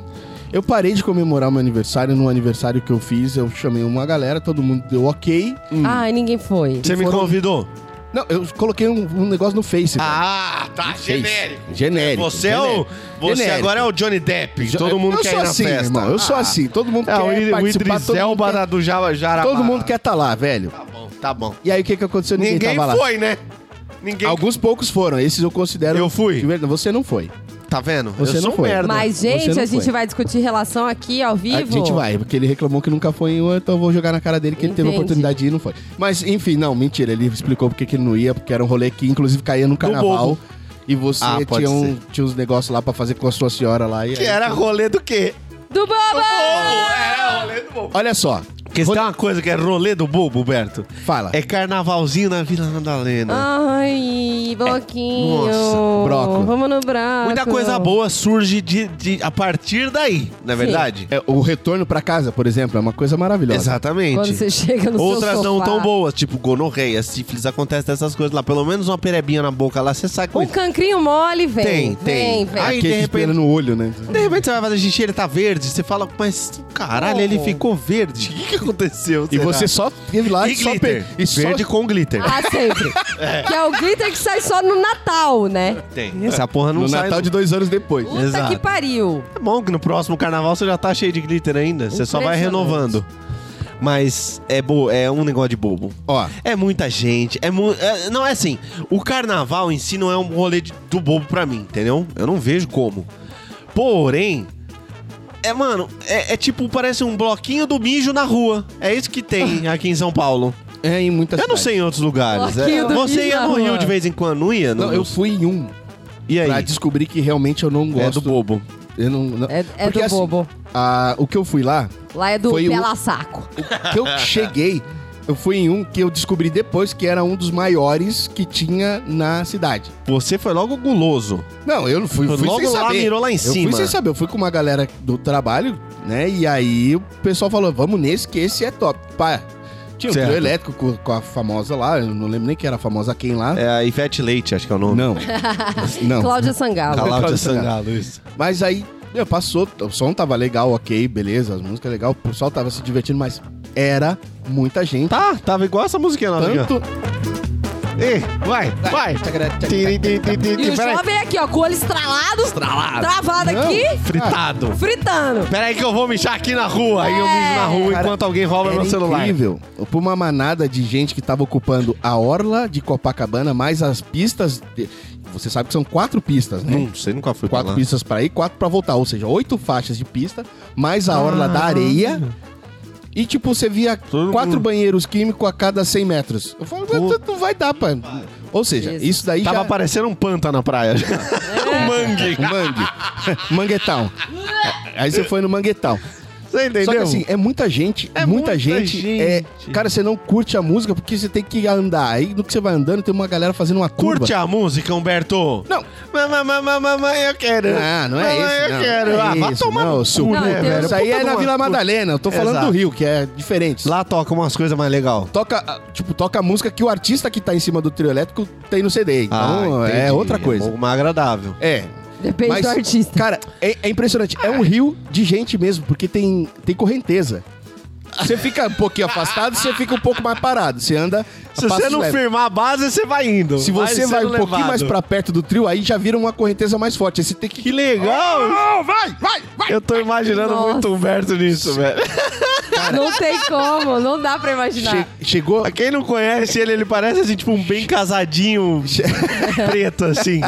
D: Eu parei de comemorar meu aniversário. No aniversário que eu fiz, eu chamei uma galera, todo mundo deu ok.
G: Hum. Ai, ninguém foi.
C: Você me
D: foram-
C: convidou?
D: Não, eu coloquei um, um negócio no Face. velho.
C: Ah, tá,
D: Face. Genérico.
C: Você é o.
D: genérico.
C: Você
D: Genérico.
C: agora é o Johnny Depp.
D: Jo-
C: Todo mundo
D: eu
C: quer
D: sou
C: ir na
D: assim,
C: festa.
D: Irmão, eu sou
C: Ah,
D: assim. Todo mundo
C: É, o
D: quer
C: Id- o
D: participar.
C: Idris
D: todo mundo
C: Elba
D: quer-
C: da- do Java Jara.
D: Todo mundo quer estar lá, velho.
C: Tá bom, tá bom.
D: E aí o que, que aconteceu? Ninguém,
C: Ninguém
D: tava lá.
C: foi, né? Ninguém.
D: Alguns poucos foram, esses eu considero.
C: Eu fui.
D: de verdade. Você não foi.
C: Tá vendo?
D: Você
C: eu sou
D: não
C: um
D: foi.
C: merda.
G: Mas,
D: Você
G: gente,
D: não
G: a gente
D: foi.
G: vai discutir relação aqui ao vivo.
D: A gente vai, porque ele reclamou que nunca foi em um, então eu vou jogar na cara dele que ele teve a
G: Entendi.
D: oportunidade de ir e não foi. Mas, enfim, não, mentira. Ele explicou porque que ele não ia, porque era um rolê que inclusive caía no carnaval.
C: bobo.
D: E você
C: Ah, pode
D: tinha, um- tinha uns negócios lá pra fazer com a sua senhora lá. E
C: Que é-
D: aí-
C: era rolê do quê?
G: do
C: Oh,
G: bobo!
C: é.
D: Olha só,
C: Porque se tem uma coisa que é rolê do bobo, Berto.
D: Fala.
C: É carnavalzinho na Vila Madalena.
G: Ai, bloquinho.
C: Nossa,
D: broco.
G: Vamos no braço.
C: Muita coisa boa surge de, de- a partir daí, na verdade.
D: é, o retorno pra casa, por exemplo, é uma coisa maravilhosa.
C: Exatamente.
G: Quando você chega no
C: Outras
G: seu
C: não
G: sofá.
C: tão boas, tipo gonorreia, sífilis, acontece essas coisas lá. Pelo menos uma perebinha na boca lá, você sai com
G: Um
C: isso.
G: cancrinho mole, vem.
C: Tem, tem.
G: Vem, vem.
C: Ai,
D: Aquele que
C: de repente-
D: espelha no olho, né?
C: De repente você vai fazer xixi, ele tá verde. Você fala, mas caralho, ele ficou verde. O que, que aconteceu?
D: E
C: será?
D: você só teve lá
C: e
D: só
C: glitter.
D: pe- e só-
C: verde com glitter.
G: Ah, sempre. Que é o glitter que sai só no Natal, né?
C: Tem. Essa porra não
D: no
C: sai.
D: Natal de dois anos depois.
G: Puta
C: Exato.
G: que pariu.
C: É bom que no próximo carnaval você já tá cheio de glitter ainda. Você só vai renovando.
G: Impressionante.
C: Mas é, bo... é um negócio de bobo.
D: Ó,
C: É muita gente, é, mu é- Não é assim. O carnaval em si não é um rolê de- do bobo pra mim, entendeu? Eu não vejo como. Porém, é, mano, é, é tipo, parece um bloquinho do mijo na rua. É isso que tem aqui em São Paulo.
D: é em muitas
C: Eu não
D: cidades.
C: sei em outros lugares. é.
G: Bloquinho do
C: Você
G: mijo
C: ia
G: na
C: no
G: rua.
C: Rio de vez em quando, não ia? No-
D: Não, eu fui em um
C: E
D: pra
C: aí?
D: descobrir que realmente eu não
C: É do
D: gosto.
C: bobo.
D: eu não, não-
G: É, é
D: Porque,
G: do
D: assim,
G: bobo.
D: a- o que eu fui lá,
G: Lá é do
D: foi o-
G: pela saco.
D: que eu cheguei, eu fui em um que eu descobri depois que era um dos maiores que tinha na cidade.
C: Você foi logo guloso.
D: Não, eu não fui,
C: Foi
D: fui
C: logo
D: sem
C: lá,
D: saber.
C: mirou lá em
D: Eu
C: cima.
D: fui sem saber, eu fui com uma galera do trabalho, né? E aí o pessoal falou, vamos nesse que esse é top. Pá, tinha um
C: Certo.
D: trio elétrico com, com a famosa lá, eu não lembro nem que era a famosa quem lá.
C: É a Ivete Leite, acho que é o nome.
D: Não, não.
G: Cláudia Sangalo.
D: Cala-
C: Cláudia
D: Cláudia
C: Sangalo, isso.
D: Mas aí, meu, passou, o som tava legal, ok, beleza, as músicas legal, o pessoal tava se divertindo, mas era muita gente.
C: Tá, tava igual essa musiquinha lá. né?
D: Tanto...
C: Ei, vai, vai. Tiri, tiri, tiri, tiri,
G: E o
C: peraí.
G: jovem aqui, ó, com o olho estralado,
C: Estralado.
G: travado
D: Não.
G: aqui,
C: Fritado.
G: fritando.
C: Pera aí que eu vou mijar aqui na rua. Aí eu mijo na rua
D: Cara,
C: enquanto alguém rouba meu
D: Era
C: celular.
D: incrível. Pra uma manada de gente que tava ocupando a orla de Copacabana, mais as pistas. de- Você sabe que são quatro pistas, né?
C: Não sei, nunca fui pra
D: Quatro
C: lá.
D: pistas pra ir, quatro pra voltar. Ou seja, oito faixas de pista, mais a orla da areia. E, tipo, você via
C: Todo
D: quatro
C: mundo.
D: banheiros químicos a cada 100 metros. Eu falo, "Mas tu- não vai dar pra... Ou seja,
G: Isso.
D: isso daí
C: Tava
D: já...
C: parecendo um pântano na praia. um mangue.
D: Mangue. Manguetão. Aí você foi no Manguetão.
C: Você entendeu?
D: Só que assim, é muita gente,
C: É
D: muita,
C: muita
D: gente.
C: gente.
D: é- cara, você não curte a música porque você tem que andar. Aí no que você vai andando, tem uma galera fazendo uma curva.
C: Curte a música, Humberto?
D: Não.
C: Mamãe, mamãe, mamãe, eu quero.
D: Ah, não é
C: mamãe,
D: esse,
C: eu
D: não.
C: quero.
D: Não é
C: ah, vai
D: isso,
C: tomar
D: não,
C: no
D: seu
C: cu,
G: Não,
C: né,
G: tem-
C: velho?
D: Isso aí
C: Puta
D: é na
C: de uma
D: Vila
C: curva.
D: Madalena, eu tô falando
C: Exato.
D: do Rio, que é diferente.
C: Lá toca umas coisas mais legal.
D: Toca, ah, tipo, toca a música que o artista que tá em cima do trio elétrico tem no CD. Então
C: Ah, entendi.
D: é outra
C: É um
D: coisa.
C: pouco mais agradável.
D: É.
G: Depende
D: Mas,
G: do artista.
D: Cara, é, é impressionante. É um rio de gente mesmo, porque tem, tem correnteza. Você fica um pouquinho afastado, você fica um pouco mais parado. Você anda. a
C: Se você
D: passos
C: não
D: leves.
C: firmar a base, você vai indo.
D: Se você vai, um
C: sendo
D: pouquinho mais
C: levado.
D: pra perto do trio, aí já vira uma correnteza mais forte. Aí você tem que.
C: Que legal!
D: vai, vai, vai!
C: Eu tô imaginando
G: Nossa.
C: muito Humberto nisso, velho.
G: Não tem como, não dá pra imaginar.
D: Che- chegou.
C: Pra quem não conhece ele, ele parece assim, tipo um bem casadinho preto, assim.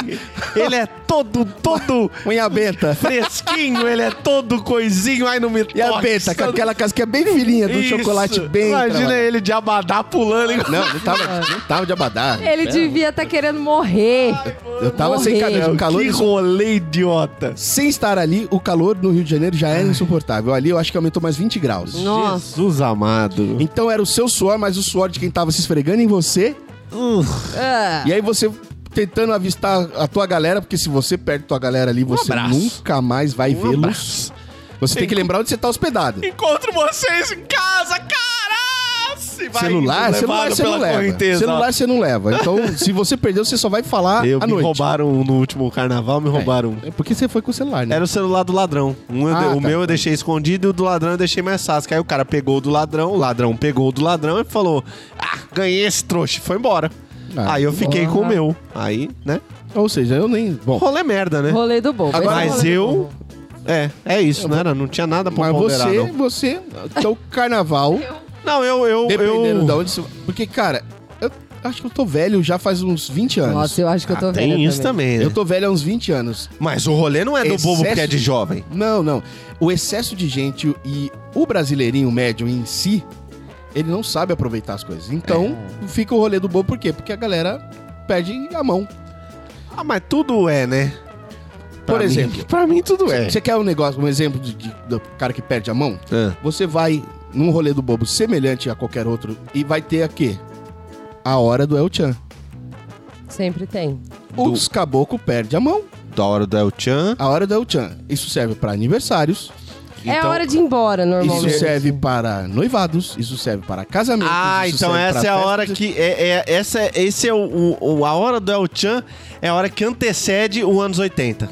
C: Ele é todo, todo
D: Unha benta.
C: fresquinho, ele é todo coisinho, ai não me
D: E a benta, com aquela casquinha bem fininha do chocolate bem.
C: Imagina
D: trabalhada.
C: ele de abadá pulando. igual-
D: Não, não tava, não tava de abadar.
G: Ele devia estar querendo morrer.
D: Eu tava sem
G: Morrer.
D: camisa. É, O calor.
C: que rolê idiota.
D: Sem estar ali, o calor no Rio de Janeiro já era insuportável. Ali eu acho que aumentou mais 20 graus.
G: Nossa.
C: Jesus amado.
D: Então era o seu suor, mas o suor de quem tava se esfregando em você.
C: Uhum.
G: Ah,
D: E aí você tentando avistar a tua galera, porque se você perde tua galera ali, você
C: Um abraço.
D: nunca mais vai
C: Um
D: vê-los. Você tem que lembrar onde você tá hospedado.
C: Encontro vocês em casa, cara! Se vai
D: Celular,
C: indo,
D: celular
C: levado
D: você não
C: pela
D: leva.
C: correnteza.
D: Celular você não leva. Então, se você perdeu, você só vai falar
C: Eu,
D: à
C: me
D: noite.
C: roubaram um no último carnaval, me roubaram um.
D: É porque você foi com o celular, né?
C: Era o celular do ladrão. Um eu
D: Ah,
C: de- O
D: tá.
C: meu eu deixei escondido e o do ladrão eu deixei mais fácil. Aí o cara pegou o do ladrão, o ladrão pegou o do ladrão e falou: Ah, ganhei esse trouxa. e Foi embora.
D: Ah,
C: aí eu fiquei
G: porra.
C: com o meu. Aí, né?
D: Ou seja, eu nem. Bom,
C: Rolê merda, né?
G: rolê do bobo.
D: Agora-
G: Esse é
C: Mas
G: o rolê do
C: eu.
G: bobo.
C: É, é isso, não era? Não tinha nada pra
D: mas
C: ponderar,
D: você,
C: não.
D: você. Então, carnaval,
C: Não, eu. eu,
D: dependendo
C: eu...
D: de onde você. Porque, cara, eu acho que eu tô velho já faz uns 20 anos.
G: Nossa, eu acho que eu tô
C: Ah,
G: velha
C: tem isso também, né?
D: Eu tô velho há uns 20 anos.
C: Mas o rolê não é do bobo porque é de
D: Excesso-
C: jovem.
D: Não, não. O excesso de gente e o brasileirinho médio em si, ele não sabe aproveitar as coisas. Então,
C: É.
D: fica o rolê do bom por quê? Porque a galera perde a mão.
C: Ah, mas tudo é, né? Pra
D: Por
C: mim-
D: exemplo.
C: pra mim tudo é.
D: Você quer um negócio, um exemplo de- de- do cara que perde a mão?
C: Ah.
D: Você vai num rolê do bobo semelhante a qualquer outro e vai ter aqui a hora do El Chan.
G: Sempre tem.
D: Os caboclo perde a mão.
C: Da hora do El Chan.
D: A hora do El Chan. Isso serve para aniversários.
G: é a
D: Então,
G: hora de ir embora,
D: Isso é-
G: normalmente.
D: serve para noivados, isso serve para casamentos.
C: Ah,
D: isso
C: então
D: serve
C: essa
D: pra
C: é a hora
D: festas.
C: que. É, é- essa, é- esse é o, o- o- A hora do El Chan é a hora que antecede o anos 80.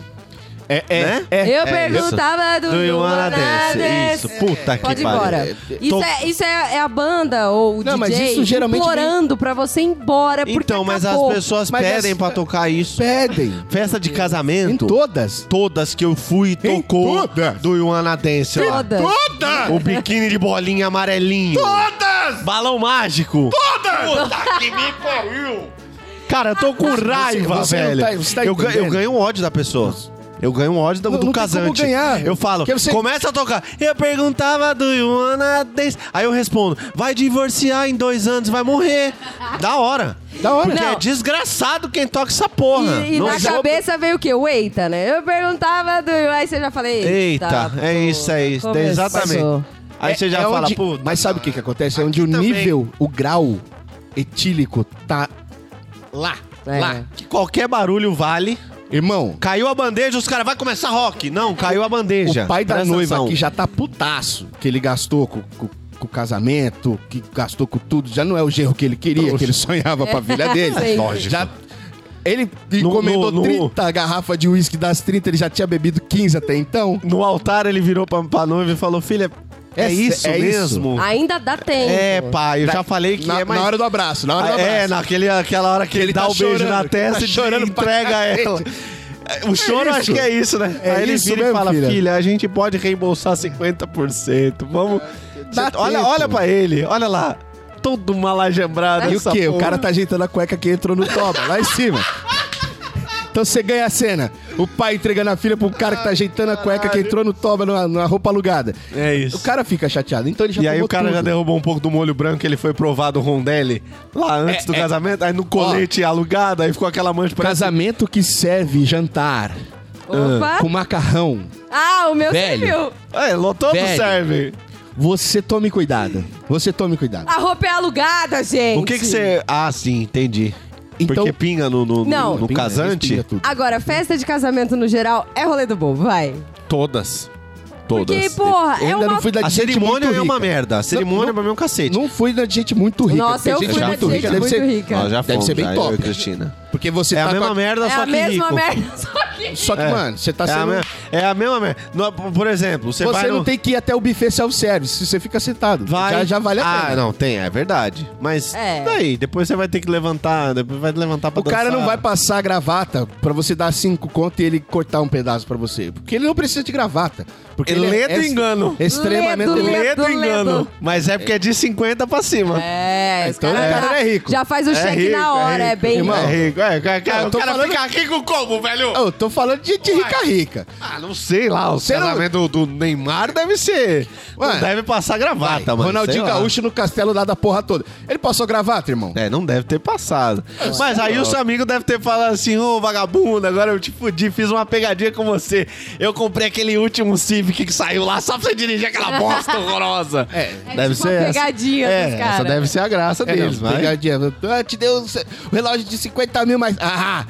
D: É, é,
C: Né?
D: é,
G: Eu
D: é,
G: perguntava do,
C: Do
G: do
C: Iwana
G: Iwana
C: Dance. Isso,
G: Dance.
C: puta É que
G: Pode ir
C: pariu.
G: embora. Isso,
C: Tô-
G: é, isso é, é a banda ou o DJ
D: Não, mas isso geralmente
G: implorando pra você ir embora porque
C: Então, mas
G: acabou.
C: as pessoas
D: Mas
C: pedem
D: as-
C: pra tocar isso.
D: Pedem.
C: Festa de
D: Em
C: casamento.
D: todas.
C: Todas que eu fui
D: Em
C: tocou
D: todas?
C: do Iwana Dance lá.
G: Todas.
D: Todas!
C: O biquíni de bolinha amarelinho.
D: Todas!
C: Balão mágico. Todas! Puta que me pariu! Cara, eu tô com raiva,
D: você não
C: velho.
D: tá- você tá
C: eu, ganho, eu
D: entendendo?
C: ganho um ódio da pessoa. Eu ganho um ódio do,
D: Não-
C: do
D: não tem
C: casante.
D: como ganhar.
C: Eu falo,
D: Porque você-
C: começa a tocar. Eu perguntava do Iwana Dance. Aí eu respondo, vai divorciar em dois anos, vai morrer. Da hora.
D: Da hora.
C: Porque
G: Não.
C: é desgraçado quem toca essa porra.
G: E, e
C: Não
G: na
C: sou-
G: cabeça veio o quê? O Eita, né? Eu perguntava do. Aí você já falei.
C: Eita,
G: pô,
C: é isso, é isso.
G: começou.
C: Exatamente. Aí você já
D: É
C: fala,
D: onde-
C: pô,
D: Mas sabe o que que acontece? É onde o
C: também.
D: nível, o grau etílico tá
C: lá,
G: É.
D: Ah,
C: lá. Que qualquer barulho vale.
D: Irmão,
C: Caiu a bandeja, os caras, vai começar rock. Não, caiu a bandeja.
D: o pai da
C: Presta
D: noiva
C: atenção.
D: aqui já tá putaço. Que ele gastou com, com- com o casamento, que gastou com tudo. Já não é o genro que ele queria, que ele sonhava pra filha dele.
G: Sim.
D: Lógico. Já, ele encomendou
C: no- no-
D: 30 garrafas de uísque das 30, ele já tinha bebido 15 até então.
C: No altar ele virou pra, pra noiva e falou, filha, é,
D: É-
C: isso
D: é isso?
C: mesmo?
G: Ainda dá tempo.
C: É, pai, eu já falei que
D: Na,
C: é mais...
D: na hora do abraço, na hora do
C: Ah,
D: abraço.
C: é, naquele, naquela hora que, ele dá
D: tá
C: o beijo na
D: chorando,
C: testa
D: tá
C: e
D: chorando pra
C: entrega
D: cacete.
C: ela. O choro
D: isso.
C: acho que é isso, né?
D: É
C: Aí ele
D: isso
C: vira e
D: mesmo,
C: fala, filha.
D: filha.
C: a gente pode reembolsar 50%. Vamos.
D: Dá
C: Cê- olha,
D: tempo.
C: olha pra ele, olha lá. Todo malajambrado.
D: E o
C: essa
D: quê? O
C: porra.
D: cara tá ajeitando a cueca que entrou no toba, lá em cima. Então você ganha a cena. O pai entregando a filha pro cara que tá ajeitando a cueca que entrou no toba, na, na roupa alugada.
C: É isso.
D: O cara fica chateado. Então ele já
C: E aí
D: tomou
C: o cara
D: tudo.
C: já derrubou um pouco do molho branco, ele foi provado o rondelli lá antes
D: É,
C: do casamento, aí no colete alugado, aí ficou aquela mancha pra
D: Casamento que serve jantar
G: Ah. Opa.
D: com macarrão.
G: Ah, o meu
D: Velho.
G: serviu.
C: É, lo- todos
D: Velho.
C: servem.
D: Você tome cuidado. Você tome cuidado.
G: A roupa é alugada, gente.
C: O que que você... Ah, sim, entendi.
D: Então-
C: Porque pinga no, no, no-
G: Não.
C: no
D: Pinga,
C: casante?
D: respinga tudo.
G: Agora, festa de casamento no geral é rolê do bobo, vai.
C: Todas. Todas.
G: Porque, porra,
D: Eu
G: é
D: ainda
G: uma...
D: não fui da
C: A
D: de gente
C: cerimônia
D: muito
C: é uma
D: rica.
C: merda. A cerimônia
D: não-
C: pra mim é um cacete.
D: Não fui da gente muito rica.
G: Nossa,
D: porque
G: eu
D: gente
G: fui
C: da
D: muito
C: gente
D: rica. Deve
G: muito
D: ser,
G: rica.
C: Nós já
D: deve
C: fomos,
D: ser bem
C: aí,
D: top.
C: eu e Cristina.
D: Porque você
C: É
D: tá
C: a
D: com
C: mesma merda,
G: É
C: só
G: a
C: que
G: mesma
C: rico.
G: merda, só que...
D: Só que,
C: É.
D: mano, você tá
C: é, a
D: sendo...
C: me- é a mesma merda. No- Por exemplo, você, vai
D: Você
C: no...
D: não tem que ir até o buffet self-service, se você fica sentado.
C: Vai.
D: Já, já vale a
C: Ah,
D: pena.
C: não, tem, é verdade. Mas
G: É.
C: daí, depois você vai ter que levantar, depois vai levantar pra
D: O cara
C: dançar.
D: não vai passar a gravata pra você dar cinco conto e ele cortar um pedaço pra você. Porque ele não precisa de gravata. Porque ele,
C: Ledo
D: é ex-
C: engano.
D: extremamente...
G: Ledo,
C: Ledo
D: ledo.
G: ledo.
C: engano. Mas é porque é de 50 pra cima.
G: É, os
D: Então, o cara
G: já-
D: não é rico.
G: Já faz o cheque
C: rico,
G: na hora, é,
C: rico.
G: bem...
D: Irmão,
C: É rico, é, cara,
D: Não,
C: o
D: Ah, eu tô
C: cara
D: falando-
C: fica rico como, velho?
D: Eu tô falando de gente rica rica.
C: Ah, não sei lá, o
D: Você não-
C: casamento do, do Neymar deve ser...
D: Ué.
C: não deve passar gravata, Ah, tá, mano.
D: Ronaldinho
C: sei lá.
D: Gaúcho no castelo lá da porra toda. Ele passou gravata, irmão?
C: É, não deve ter passado. Mas aí o seu amigo deve ter falado assim: Ô vagabundo, agora eu te fudi, fiz uma pegadinha com você. Eu comprei aquele último Civic que saiu lá só pra você dirigir aquela bosta horrorosa.
D: É.
C: deve
G: tipo uma
C: essa.
G: pegadinha
C: é,
G: dos caras.
C: Essa deve ser a graça
D: É,
C: deles,
D: não,
C: mas.
D: pegadinha. Ah, te deu um ce- um relógio de 50 mil, mas... Ah,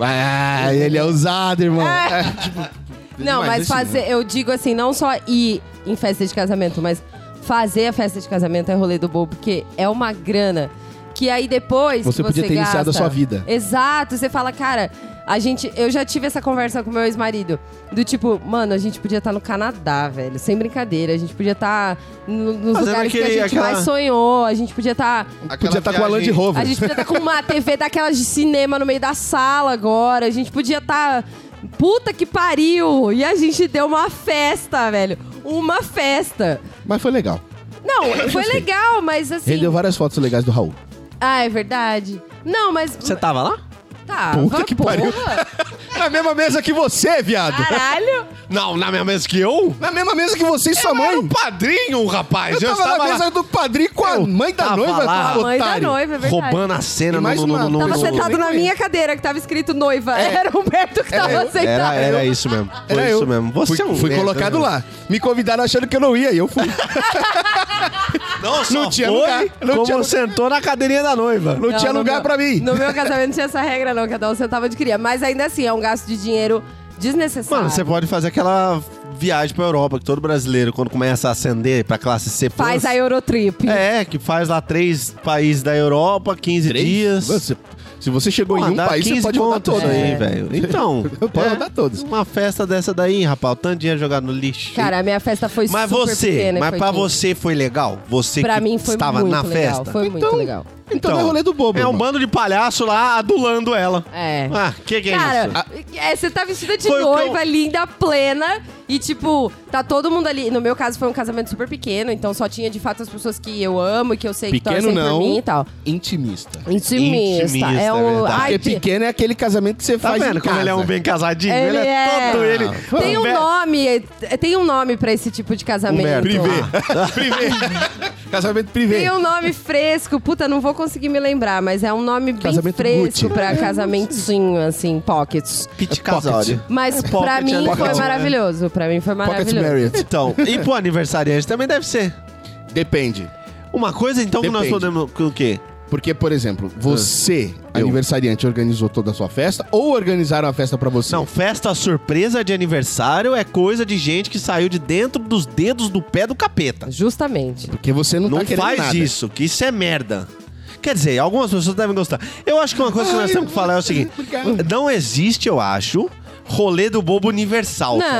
D: ah ele é usado, irmão. É, tipo,
G: Uhum. Ah. Não,
D: demais
G: mas
D: desse nível.
G: fazer... Eu digo assim, não só ir em festa de casamento, mas fazer a festa de casamento é rolê do bobo, porque é uma grana que aí depois
D: Você
G: que
D: podia
G: você
D: ter
G: gasta,
D: iniciado a sua vida.
G: Exato, você fala, cara, a gente, eu já tive essa conversa com meu ex-marido, do tipo, mano, a gente podia estar no Canadá, velho, sem brincadeira, a gente podia estar no- nos
C: Fazendo
G: lugares que
C: aquele-
G: a gente
C: aquela-
G: mais sonhou, a gente podia tá estar
D: Podia estar com a Land Rover.
G: a gente podia estar com uma TV daquelas de cinema no meio da sala agora. A gente podia estar. Puta que pariu! E a gente deu uma festa, velho. Uma festa.
D: Mas foi legal.
G: Não, foi legal, mas assim.
D: Ele deu várias fotos legais do Raul.
G: Ah, é verdade. Não, mas.
C: Você tava lá?
G: Tá.
D: Puta que pariu. Na mesma mesa que você, viado.
G: Caralho.
C: Não, na mesma mesa que eu?
D: Na mesma mesa que você e sua mãe.
C: Era o padrinho, um rapaz.
D: Eu tava na
C: lá
D: mesa do padrinho com a
C: Eu
D: mãe da
C: tava
D: noiva,
C: lá.
D: com o
G: Mãe da
D: otário.
G: noiva, é verdade.
C: roubando a cena
D: E
C: no,
D: mais
C: no, no,
D: uma-
C: no,
D: Tava
G: Tava
C: no-
G: sentado na
D: conheço.
G: minha cadeira que tava escrito noiva.
D: É.
G: Era o Humberto que tava sentado.
C: Era, era isso mesmo. Foi
D: Era
C: isso
D: eu.
C: mesmo. Você
D: fui,
C: é um
D: fui
C: merda,
D: colocado
C: né?
D: lá. Me convidaram achando que eu não ia e eu fui.
C: Não, só
D: Não tinha
C: foi
D: lugar, não
C: como
D: tinha lugar.
C: sentou na cadeirinha da noiva.
D: Não, tinha
G: no
D: lugar
G: meu-
D: pra mim.
G: No meu casamento não tinha essa regra, não. Cada um sentava onde queria. Mas ainda assim, é um gasto de dinheiro desnecessário.
C: Mano, você pode fazer aquela viagem pra Europa que todo brasileiro, quando começa a ascender pra classe C+,
G: Faz a Eurotrip.
C: É, que faz lá três países da Europa, 15 dias.
D: Você- se você chegou em um
C: dá
D: país, você
C: 15
D: pode rodar
C: contos
D: todos.
C: aí, velho. Então,
D: Pode rodar todos.
C: Uma festa dessa daí, rapaz, o tanto de dinheiro jogado no lixo.
G: Cara, a minha festa foi
C: mas
G: super
C: você,
G: pequena.
C: mas
G: foi
C: pra
G: tudo.
C: você foi legal? Você
G: Pra
C: que
G: mim foi
C: estava
G: muito
C: na
G: legal.
C: festa?
G: Foi muito
D: Então-
G: legal.
D: Então, é rolê do bobo.
C: É um
D: irmão.
C: bando de palhaço lá adulando ela.
G: É.
C: Ah, que que é
G: Cara,
C: isso?
G: é, você tá vestida de
C: Foi o que
G: noiva, linda, plena. E, tipo, tá todo mundo ali. No meu caso, foi um casamento super pequeno. Então, só tinha, de fato, as pessoas que eu amo e que eu sei que
D: Pequeno
G: torcem
D: não.
G: por mim e tal.
D: Intimista.
G: Intimista.
C: Intimista,
G: é
C: é
G: um...
C: verdade.
G: Ai,
D: Porque
G: que-
D: pequeno é aquele casamento que você
C: Tá
D: faz em
C: vendo como
D: casa.
C: ele é um bem casadinho? Ele,
G: Ele é.
C: é todo ele.
G: Tem um
C: Humber-
G: nome, é, tem um nome pra esse tipo de casamento.
C: Humberto.
D: Privê. privê. casamento privê.
G: Tem um nome fresco, puta, não vou conseguir me lembrar, mas é um nome bem
D: Casamento
G: fresco
D: Gucci.
G: pra casamentinho, assim, pockets.
C: Pete
D: Casório.
G: Mas
C: É
G: pra
C: pocket,
G: mim
C: né?
G: foi
C: Pocket,
G: maravilhoso, pra mim foi
D: Pocket
G: maravilhoso.
D: Marriott.
C: Então, e pro aniversariante também deve ser.
D: Depende.
C: Uma coisa, então, que nós
D: Depende.
C: podemos... que O quê?
D: Porque, por exemplo, você,
C: Ah.
D: aniversariante, organizou toda a sua festa ou organizaram a festa pra você?
C: Não, festa surpresa de aniversário é coisa de gente que saiu de dentro dos dedos do pé do capeta.
G: Justamente.
D: Porque você não,
C: Não
D: tá querendo
C: faz
D: nada.
C: isso, que isso é merda. Quer dizer, algumas pessoas devem gostar. Eu acho que uma coisa que nós temos que falar é o seguinte:
D: Obrigado.
C: não existe, eu acho, rolê do bobo universal. Será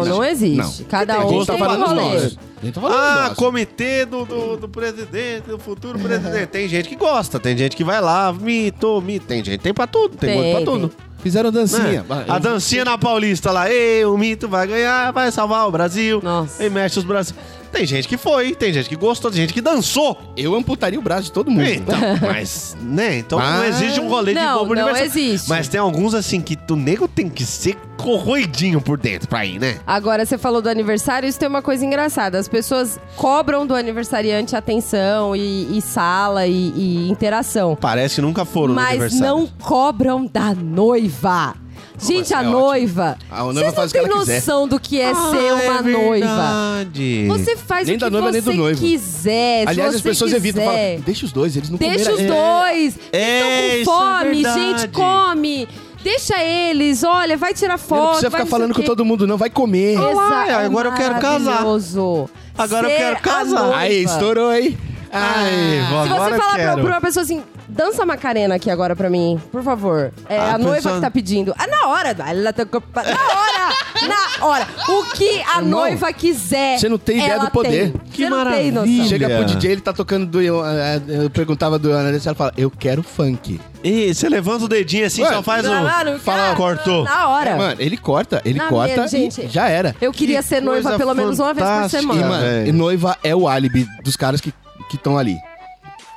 C: que
G: Não,
C: existe?
G: não existe. Cada um
C: gosto
G: tem
C: pra
G: um
C: todos
G: rolê.
C: nós.
D: A gente tá falando
C: Ah,
D: nosso.
C: comitê do, do, do presidente, do futuro presidente. Tem gente que gosta, tem gente que vai lá, mito, mito. Tem gente, tem pra tudo, tem,
G: Tem,
C: gosto pra
G: tem. é,
C: tudo.
D: Fizeram dancinha.
C: Né? A dancinha na Paulista lá, ei, o mito vai ganhar, vai salvar o Brasil.
G: Nossa.
C: E mexe os braços. Tem gente que foi, tem gente que gostou, tem gente que dançou.
D: Eu amputaria o braço de todo mundo.
C: Então, mas, né? Então não
D: Mas-
C: existe um rolê de
G: Ah. Não,
C: bobo
G: não
C: universal.
G: existe.
C: Mas tem alguns assim que o nego tem que ser corroidinho por dentro pra ir, né?
G: Agora, você falou do aniversário, isso tem uma coisa engraçada. As pessoas cobram do aniversariante atenção e, e sala e- e interação.
C: Parece que nunca foram no
G: Mas
C: aniversário.
G: não cobram da noiva. Gente, a
D: é ótimo.
G: noiva.
D: A noiva
G: Vocês não
D: faz o que
G: têm
D: ela quiser.
G: noção do que é ser
C: Ah,
G: uma
C: é
G: noiva.
C: verdade.
G: Você faz
D: Nem
G: o que
D: da noiva, nem do
G: você
D: noivo.
G: quiser. É, se
D: Aliás, as
G: você
D: pessoas
G: quiser.
D: evitam. Falam, deixa os dois, eles não
G: Deixa os
D: comeram. É,
G: dois.
C: É,
G: Eles
C: isso
G: estão
C: é
G: com fome,
C: verdade.
G: gente, come. Deixa eles, olha, vai tirar
D: É,
G: foto.
D: não precisa
G: vai
D: ficar
G: sei
D: falando
G: o quê.
D: com todo mundo, é, não. Vai comer.
C: Ah lá,
G: Exa-
C: agora eu quero casar.
G: maravilhoso.
C: Agora eu
G: Ser
C: quero
G: a
C: casar.
G: noiva.
D: Aí, estourou, hein?
C: Ai, vó,
G: Ah, Se você
C: agora
G: falar pra,
C: quero.
G: pra uma pessoa assim, dança Macarena aqui agora pra mim, por favor. É
C: Ah,
G: a noiva
C: pessoa-
G: que tá pedindo. Ah, na hora. Ela tá ocupa- Na hora! na hora! O que a
D: Irmão,
G: noiva quiser.
D: você não tem ideia
G: ela
D: do poder.
G: tem.
C: Que
G: Você não tem
C: maravilha.
G: noção.
D: Chega pro
C: Olha.
D: DJ, ele tá tocando do. Eu, eu perguntava do Analista, ela fala, eu quero funk.
C: E você levanta o dedinho assim,
D: Ué,
C: só faz
G: Não, não,
C: um.
G: não
C: Fala,
G: quero.
C: cortou.
G: Na hora.
D: Mano, ele corta, ele
G: Na
D: corta
G: minha, gente,
D: e já era.
G: Eu queria
C: Que
G: ser noiva
C: coisa
G: pelo menos uma vez por
C: fantástica,
D: E,
G: semana.
C: mano.
D: mano,
C: velho.
D: e noiva é o álibi dos caras que estão ali. Eh,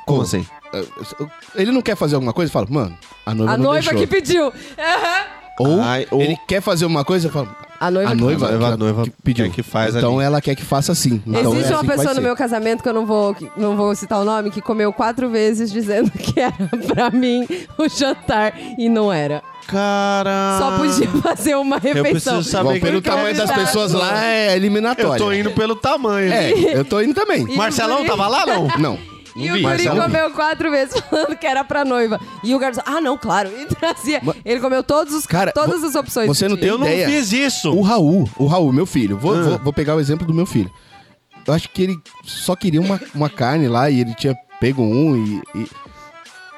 C: Como assim?
D: Ele não quer fazer alguma coisa, fala, mano, a noiva
G: A
D: não
G: noiva
D: deixou.
G: que pediu. Aham.
D: Ou,
C: Ai, ou-
D: ele quer fazer uma coisa, eu falo,
G: A noiva
D: a
G: que
D: noiva,
C: A noiva- a noiva
D: que pediu.
C: quer que faz
D: então
C: ali. Tá
D: ela quer que faça assim. Então
G: Existe
D: é
G: uma
D: assim que vai
G: pessoa no
D: ser.
G: meu casamento que eu não vou, que- não vou citar o nome, que comeu quatro vezes dizendo que era pra mim o jantar e não era.
C: Cara.
G: Só podia fazer uma
C: Ah.
G: refeição.
C: preciso saber
D: Bom, pelo
C: Porque
D: tamanho das
G: candidato-
D: pessoas lá é eliminatória.
C: tá Eu tô indo pelo tamanho.
D: É, eu tô indo também.
G: E-
C: Marcelão
G: Yuri.
C: tava lá, não?
D: Não. é
C: Não
G: E
C: vi,
G: o Guri
C: Marcelo,
D: um
C: não vi.
G: comeu quatro vezes falando que era pra noiva. E o garçom, ah, não, claro. E trazia. Ele comeu todos os,
D: Cara,
G: todas
D: vo-
G: as opções.
D: você
G: que
D: não um-
G: tinha.
C: Eu não
D: Ideia.
C: fiz isso.
D: O Raul, o Raul, meu filho, vou,
C: Ah.
D: vou, vou pegar o exemplo do meu filho. Eu acho que ele só queria uma, uma carne lá e ele tinha pego um e. e-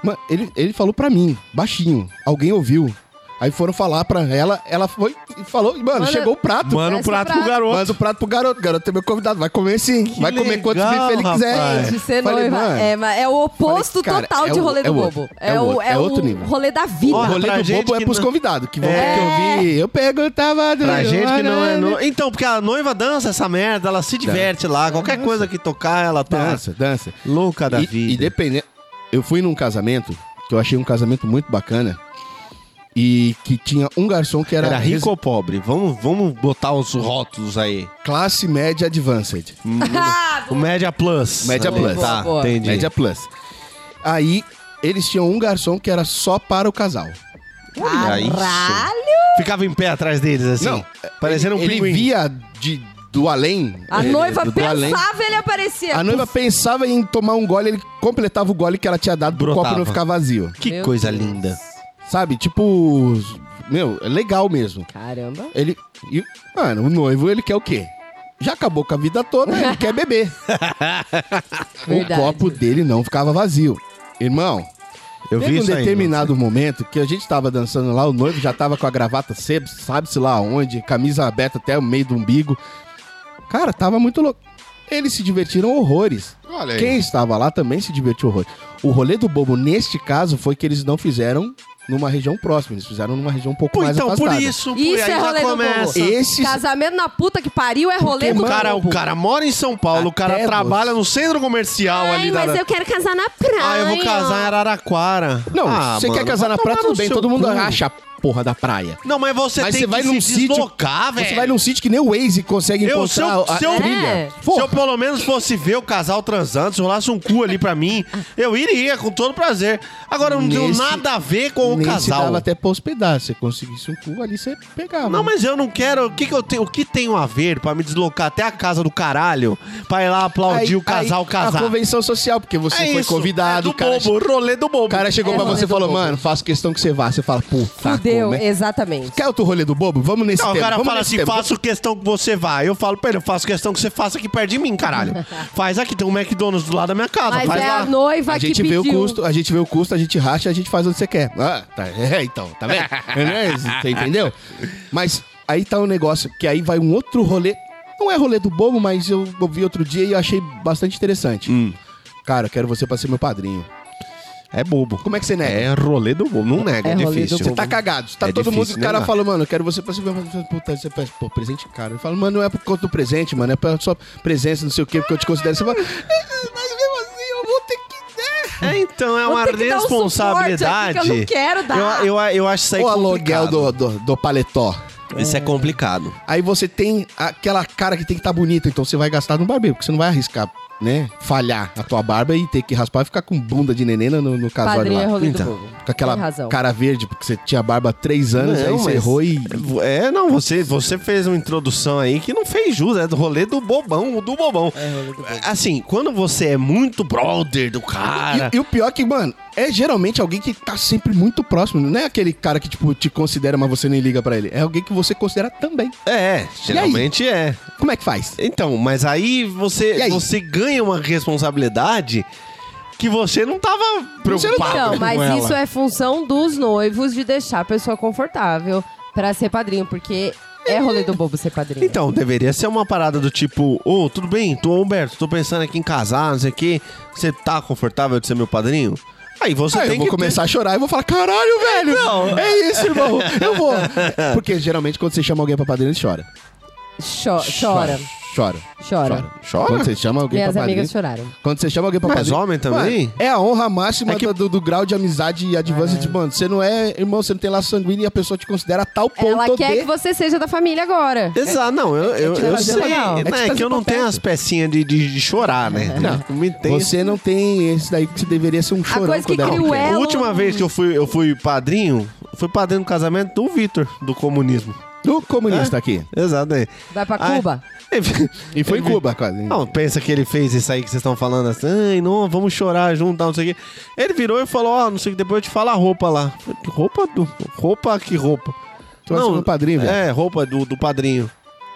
D: Mano, ele, ele falou pra mim, baixinho. Alguém ouviu. Aí foram falar pra ela, ela foi e falou, mano,
G: Manda-
D: chegou o prato.
C: Mano, um
G: Parece
C: prato
G: um
C: pro
G: prato.
C: garoto.
D: Manda o prato pro garoto. O garoto é meu convidado. Vai comer sim. vai comer quantos
C: legal,
D: bife ele
C: rapaz.
D: quiser.
G: De ser
D: Falei,
G: noiva.
D: mano,
G: é, mas é o oposto
D: falei, cara,
G: total
D: é
G: de
D: o-
G: rolê
D: é
G: do
D: o outro,
G: bobo.
D: é o outro, é outro
G: o
D: nível.
G: rolê da vida.
D: O
C: Olha, pra
D: rolê do
C: gente
D: bobo é
C: que
D: pros
C: não-
D: convidados, que vão
C: É.
D: ter que ouvir. Eu pego, eu tava...
C: Pra gente que não é no... Então, porque a noiva dança essa merda, ela se diverte lá. Qualquer coisa que tocar, ela tá
D: Dança, dança.
C: louca da
D: e, né?
C: vida.
D: dependendo. Eu fui num casamento, que eu achei um casamento muito bacana. E que tinha um garçom que era,
C: Era
D: resi-
C: rico ou pobre? Vamos, vamos botar os rótulos aí.
D: classe média advanced.
C: O Média Plus.
D: Média
C: Ali,
D: Plus.
C: Tá,
G: Boa, boa.
C: entendi.
D: Média plus. Aí eles tinham um garçom que era só para o casal.
C: Olha isso.
G: Caralho!
C: Ficava em pé atrás deles, assim.
D: Não,
C: Parecendo um
D: é, ele
C: pinguim.
D: via de, do além.
G: A
D: ele-
G: noiva
D: do, do além.
G: pensava ele aparecia.
D: A noiva pensava em tomar um gole, ele completava o gole que ela tinha dado pro
C: Brotava.
D: copo não ficar vazio.
C: Que
G: Meu
C: coisa
G: Deus.
C: linda.
D: Sabe? Tipo. Meu, é legal mesmo.
G: Caramba.
D: Ele. e- mano, o noivo ele quer o quê? Já acabou com a vida toda, ele quer beber.
G: Verdade.
D: O copo dele não ficava vazio. Irmão,
C: Eu
D: teve
C: vi
D: um
C: isso aí, né?
D: determinado momento que a gente tava dançando lá, o noivo já tava com a gravata, se- sabe-se lá onde, camisa aberta até o meio do umbigo. Cara, tava muito louco. Eles se divertiram horrores.
I: Olha aí.
D: Quem estava lá também se divertiu horrores. O rolê do bobo, neste caso, foi que eles não fizeram numa região próxima, eles fizeram numa região um pouco
C: Pô,
D: mais
C: então, por
D: afastada.
C: isso, por
G: Isso
C: aí
G: é rolê
C: já
G: do
C: começa.
G: povo.
D: Esses-
G: Casamento na puta que pariu é rolê
D: Porque,
G: do
C: O cara,
G: povo.
C: o cara mora em São Paulo, o cara
D: Até
C: trabalha no centro comercial
G: Ai,
C: ali da.
G: mas eu quero casar na praia.
C: Ah, eu vou casar em Araraquara.
D: Não,
C: Ah,
D: você quer
C: mano,
D: casar na
C: vai tomar
D: praia, tudo
C: no
D: bem,
C: seu
D: todo mundo
C: cu.
D: acha a porra da praia.
C: Não, mas você
D: Mas
C: tem
D: você vai
C: que
D: num
C: se
D: sítio-
C: deslocar, velho.
D: Você vai num sítio que nem o Waze consegue
C: Eu, se eu-
D: encontrar a, a
C: se eu-
D: trilha.
G: É.
D: Pô,
C: Se eu pelo menos fosse ver o casal transando, se rolasse um cu ali pra mim, eu iria com todo prazer. Agora, não deu
D: Nesse-
C: nada a ver com o
D: nem se
C: casal.
D: dava até pra hospedar. Se você conseguisse um cu ali, você pegava.
C: Não, mas eu não quero. O que, que eu tenho? O que tenho a ver pra me deslocar até a casa do caralho pra ir lá aplaudir
D: Aí-
C: o casal
D: aí,
C: casar?
D: A convenção social, porque você
C: É
D: foi
C: isso,
D: convidado.
C: é
D: o
C: do
D: cara,
C: bobo, rolê do bobo.
D: o cara chegou
G: É
D: pra
G: rolê
D: você e
G: do
D: falou,
G: bobo.
D: mano, faço questão que você vá. Você fala, puta,
G: Fudeu,
D: como é?
G: exatamente.
D: Quer outro rolê do bobo? Vamos nesse
C: Não, o
D: tema.
C: cara
D: Vamos
C: fala
D: nesse
C: assim,
D: tema.
C: faço questão que você vá. Eu falo pra ele, eu faço questão que você faça aqui perto de mim, caralho. Faz aqui, tem um McDonald's do lado da minha casa,
G: Mas
C: faz
G: é
C: lá.
G: a noiva
D: A
G: que
D: gente vê
G: pediu.
D: o custo, a gente vê o custo, a gente racha, a gente faz onde você quer. Ah, tá. É, então, tá vendo? É, né? você entendeu? Mas aí tá um negócio que aí vai um outro rolê. Não é rolê do bobo, mas eu ouvi outro dia e eu achei bastante interessante.
C: Hum.
D: Cara, eu quero você pra ser meu padrinho.
C: É bobo.
D: Como é que você nega?
C: É rolê do bobo.
H: né?
C: Não nega, é,
G: É rolê
C: difícil.
G: do
D: Você tá cagado, você tá
C: É
D: todo
C: difícil
D: mundo e o cara
C: negar.
D: fala, mano, eu quero você pra ser meu padrinho. Puta, você faz, pô, presente caro. Eu falo, mano, não é por conta do presente, mano, é pela sua presença, não sei o quê, porque eu te considero. Você fala, "Eh, mas mesmo assim, eu vou ter que. né?"
C: É, então, é
G: Vou
C: uma
G: ter que dar um
C: responsabilidade.
G: suporte aqui que eu não quero dar.
C: Eu, eu, eu acho isso aí é
D: O
C: complicado.
D: aluguel do, do, do paletó.
C: Isso é complicado.
D: Aí você tem aquela cara que tem que estar bonita, então você vai gastar no barbeiro, porque você não vai arriscar, né? Falhar a tua barba e ter que raspar e ficar com bunda de nenena no, no casório
G: Padrinho é
D: lá.
G: rolê
C: Então,
G: do povo.
D: Com aquela
G: Tem razão.
D: cara verde, porque você tinha barba há três anos,
C: Não,
D: aí você
C: mas-
D: errou e.
C: É, não, você, você fez uma introdução aí que não fez jus, é do rolê do bobão, do bobão. Assim, quando você é muito brother do cara.
D: E, e o pior é que, mano, é geralmente alguém que tá sempre muito próximo. Não é aquele cara que, tipo, te considera, mas você nem liga pra ele. É alguém que você considera também.
C: É, geralmente é.
D: Como é que faz?
C: Então, mas aí você,
D: E aí?
C: você ganha uma responsabilidade que você não tava preocupado
G: Então,
C: com
G: mas
C: ela.
G: isso é função dos noivos de deixar a pessoa confortável pra ser padrinho, porque é rolê do bobo ser padrinho.
C: Então, deveria ser uma parada do tipo, ô, tudo bem, tô Humberto, tô pensando aqui em casar, não sei o quê. Você tá confortável de ser meu padrinho? Aí você
D: Aí
C: tem
D: Ah, eu vou
C: que
D: começar a chorar e vou falar, caralho, velho! É isso, irmão! Eu vou! Porque geralmente quando você chama alguém pra padrinho, ele chora.
G: Cho- chora,
D: Chora.
G: chora.
D: Chora. Quando você chama alguém
G: Minhas
D: pra
G: amigas
D: padrinho.
G: choraram.
D: Quando você chama alguém pra
C: Mas
D: padrinho.
C: homem também?
D: Mano, É a honra máxima
C: É que-
D: do, do- do grau de amizade e advança de mano. Você não é irmão, você não tem laço sanguíneo e a pessoa te considera a tal ponto
G: Ela quer
D: de.
G: que você seja da família agora.
C: Exato, não, eu, eu,
G: te
C: eu
G: fazer
C: sei.
G: legal.
C: né,
D: É te
C: É, que
D: fazer
C: eu não
D: papel.
C: tenho as pecinhas de, de, de chorar, né? Não, me tem.
D: Você não tem esse daí que você deveria ser um chorão
G: coisa que
D: quando era
G: cria o
D: pequeno.
G: elo-
C: A última vez que eu fui, eu fui padrinho, fui padrinho do casamento do Vitor, do comunismo.
D: Do comunista aqui.
C: Exato aí.
G: Vai pra
C: Ah,
G: Cuba.
C: ele-
D: E foi em
C: ele-
D: Cuba, quase.
C: Não, pensa que ele fez isso aí que vocês estão falando assim, ai, não, vamos chorar junto, tal, não sei o quê. Ele virou e falou, ó, não sei o que, depois eu te falo a roupa lá. Eu falei, "Que Roupa do. Roupa, que roupa?
D: Tu vai ser meu padrinho, velho.
C: É, roupa do, do padrinho.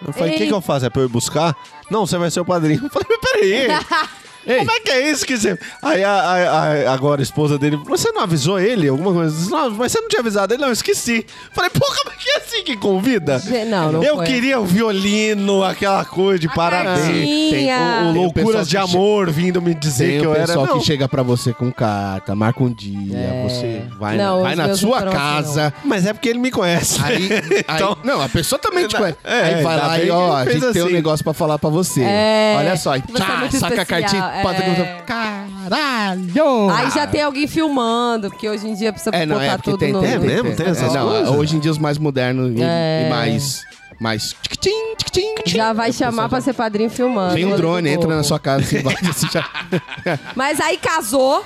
C: Eu falei, o que,
G: Ei.
C: que eu faço? É pra eu ir buscar? Não, você vai ser o padrinho. Eu falei, mas peraí. Como é que é isso que você. Aí a, a- a- agora a esposa dele. Você não avisou ele? Alguma coisa? Disse, Não, mas você não tinha avisado ele? Não, eu esqueci. Falei, pô, como é que é assim que convida?
G: Ge- não, não
C: eu
G: foi.
C: queria o violino, aquela coisa de parabéns.
G: cartinha.
C: O, o
D: Tem o pessoal
C: loucuras
D: que
C: de
D: che-
C: amor vindo me dizer
D: Tem
C: que
D: o
C: eu era.
D: pessoal
C: Não,
D: que chega pra você com carta, marca um dia, você vai,
G: É. Não,
D: vai
G: os
D: na
G: meus não
D: sua
G: foram assim,
D: casa.
C: Mas é porque ele me conhece.
D: Aí,
C: Então-
D: aí- não, a pessoa também te
C: É,
D: conhece.
C: é,
D: aí vai
C: ainda
D: lá
C: bem
D: e
C: que
D: ó,
C: ele
D: a
C: fez
D: gente tem um
C: assim.
D: negócio pra falar pra você.
G: É,
D: Olha só, e
G: você é
D: tchá,
G: muito
D: saca a
G: especial,
D: cartinha. Pode ter
G: é.
D: que- Caralho!
G: Aí já tem alguém filmando, porque hoje em dia precisa
D: Ah. É, não,
G: botar
D: é porque
G: tudo
D: tem,
G: no...
D: tem,
C: É mesmo? Tem essas
D: não,
C: coisas?
D: Hoje em dia os mais modernos e,
G: É.
D: e mais... mais tic-tim, tic-tim, tic-tim.
G: Já vai
D: O pessoal
G: chamar pra
D: já-
G: ser padrinho filmando.
D: Vem um
G: Todo
D: drone,
G: mundo.
D: entra na sua casa e vai... Você já...
G: Mas aí casou.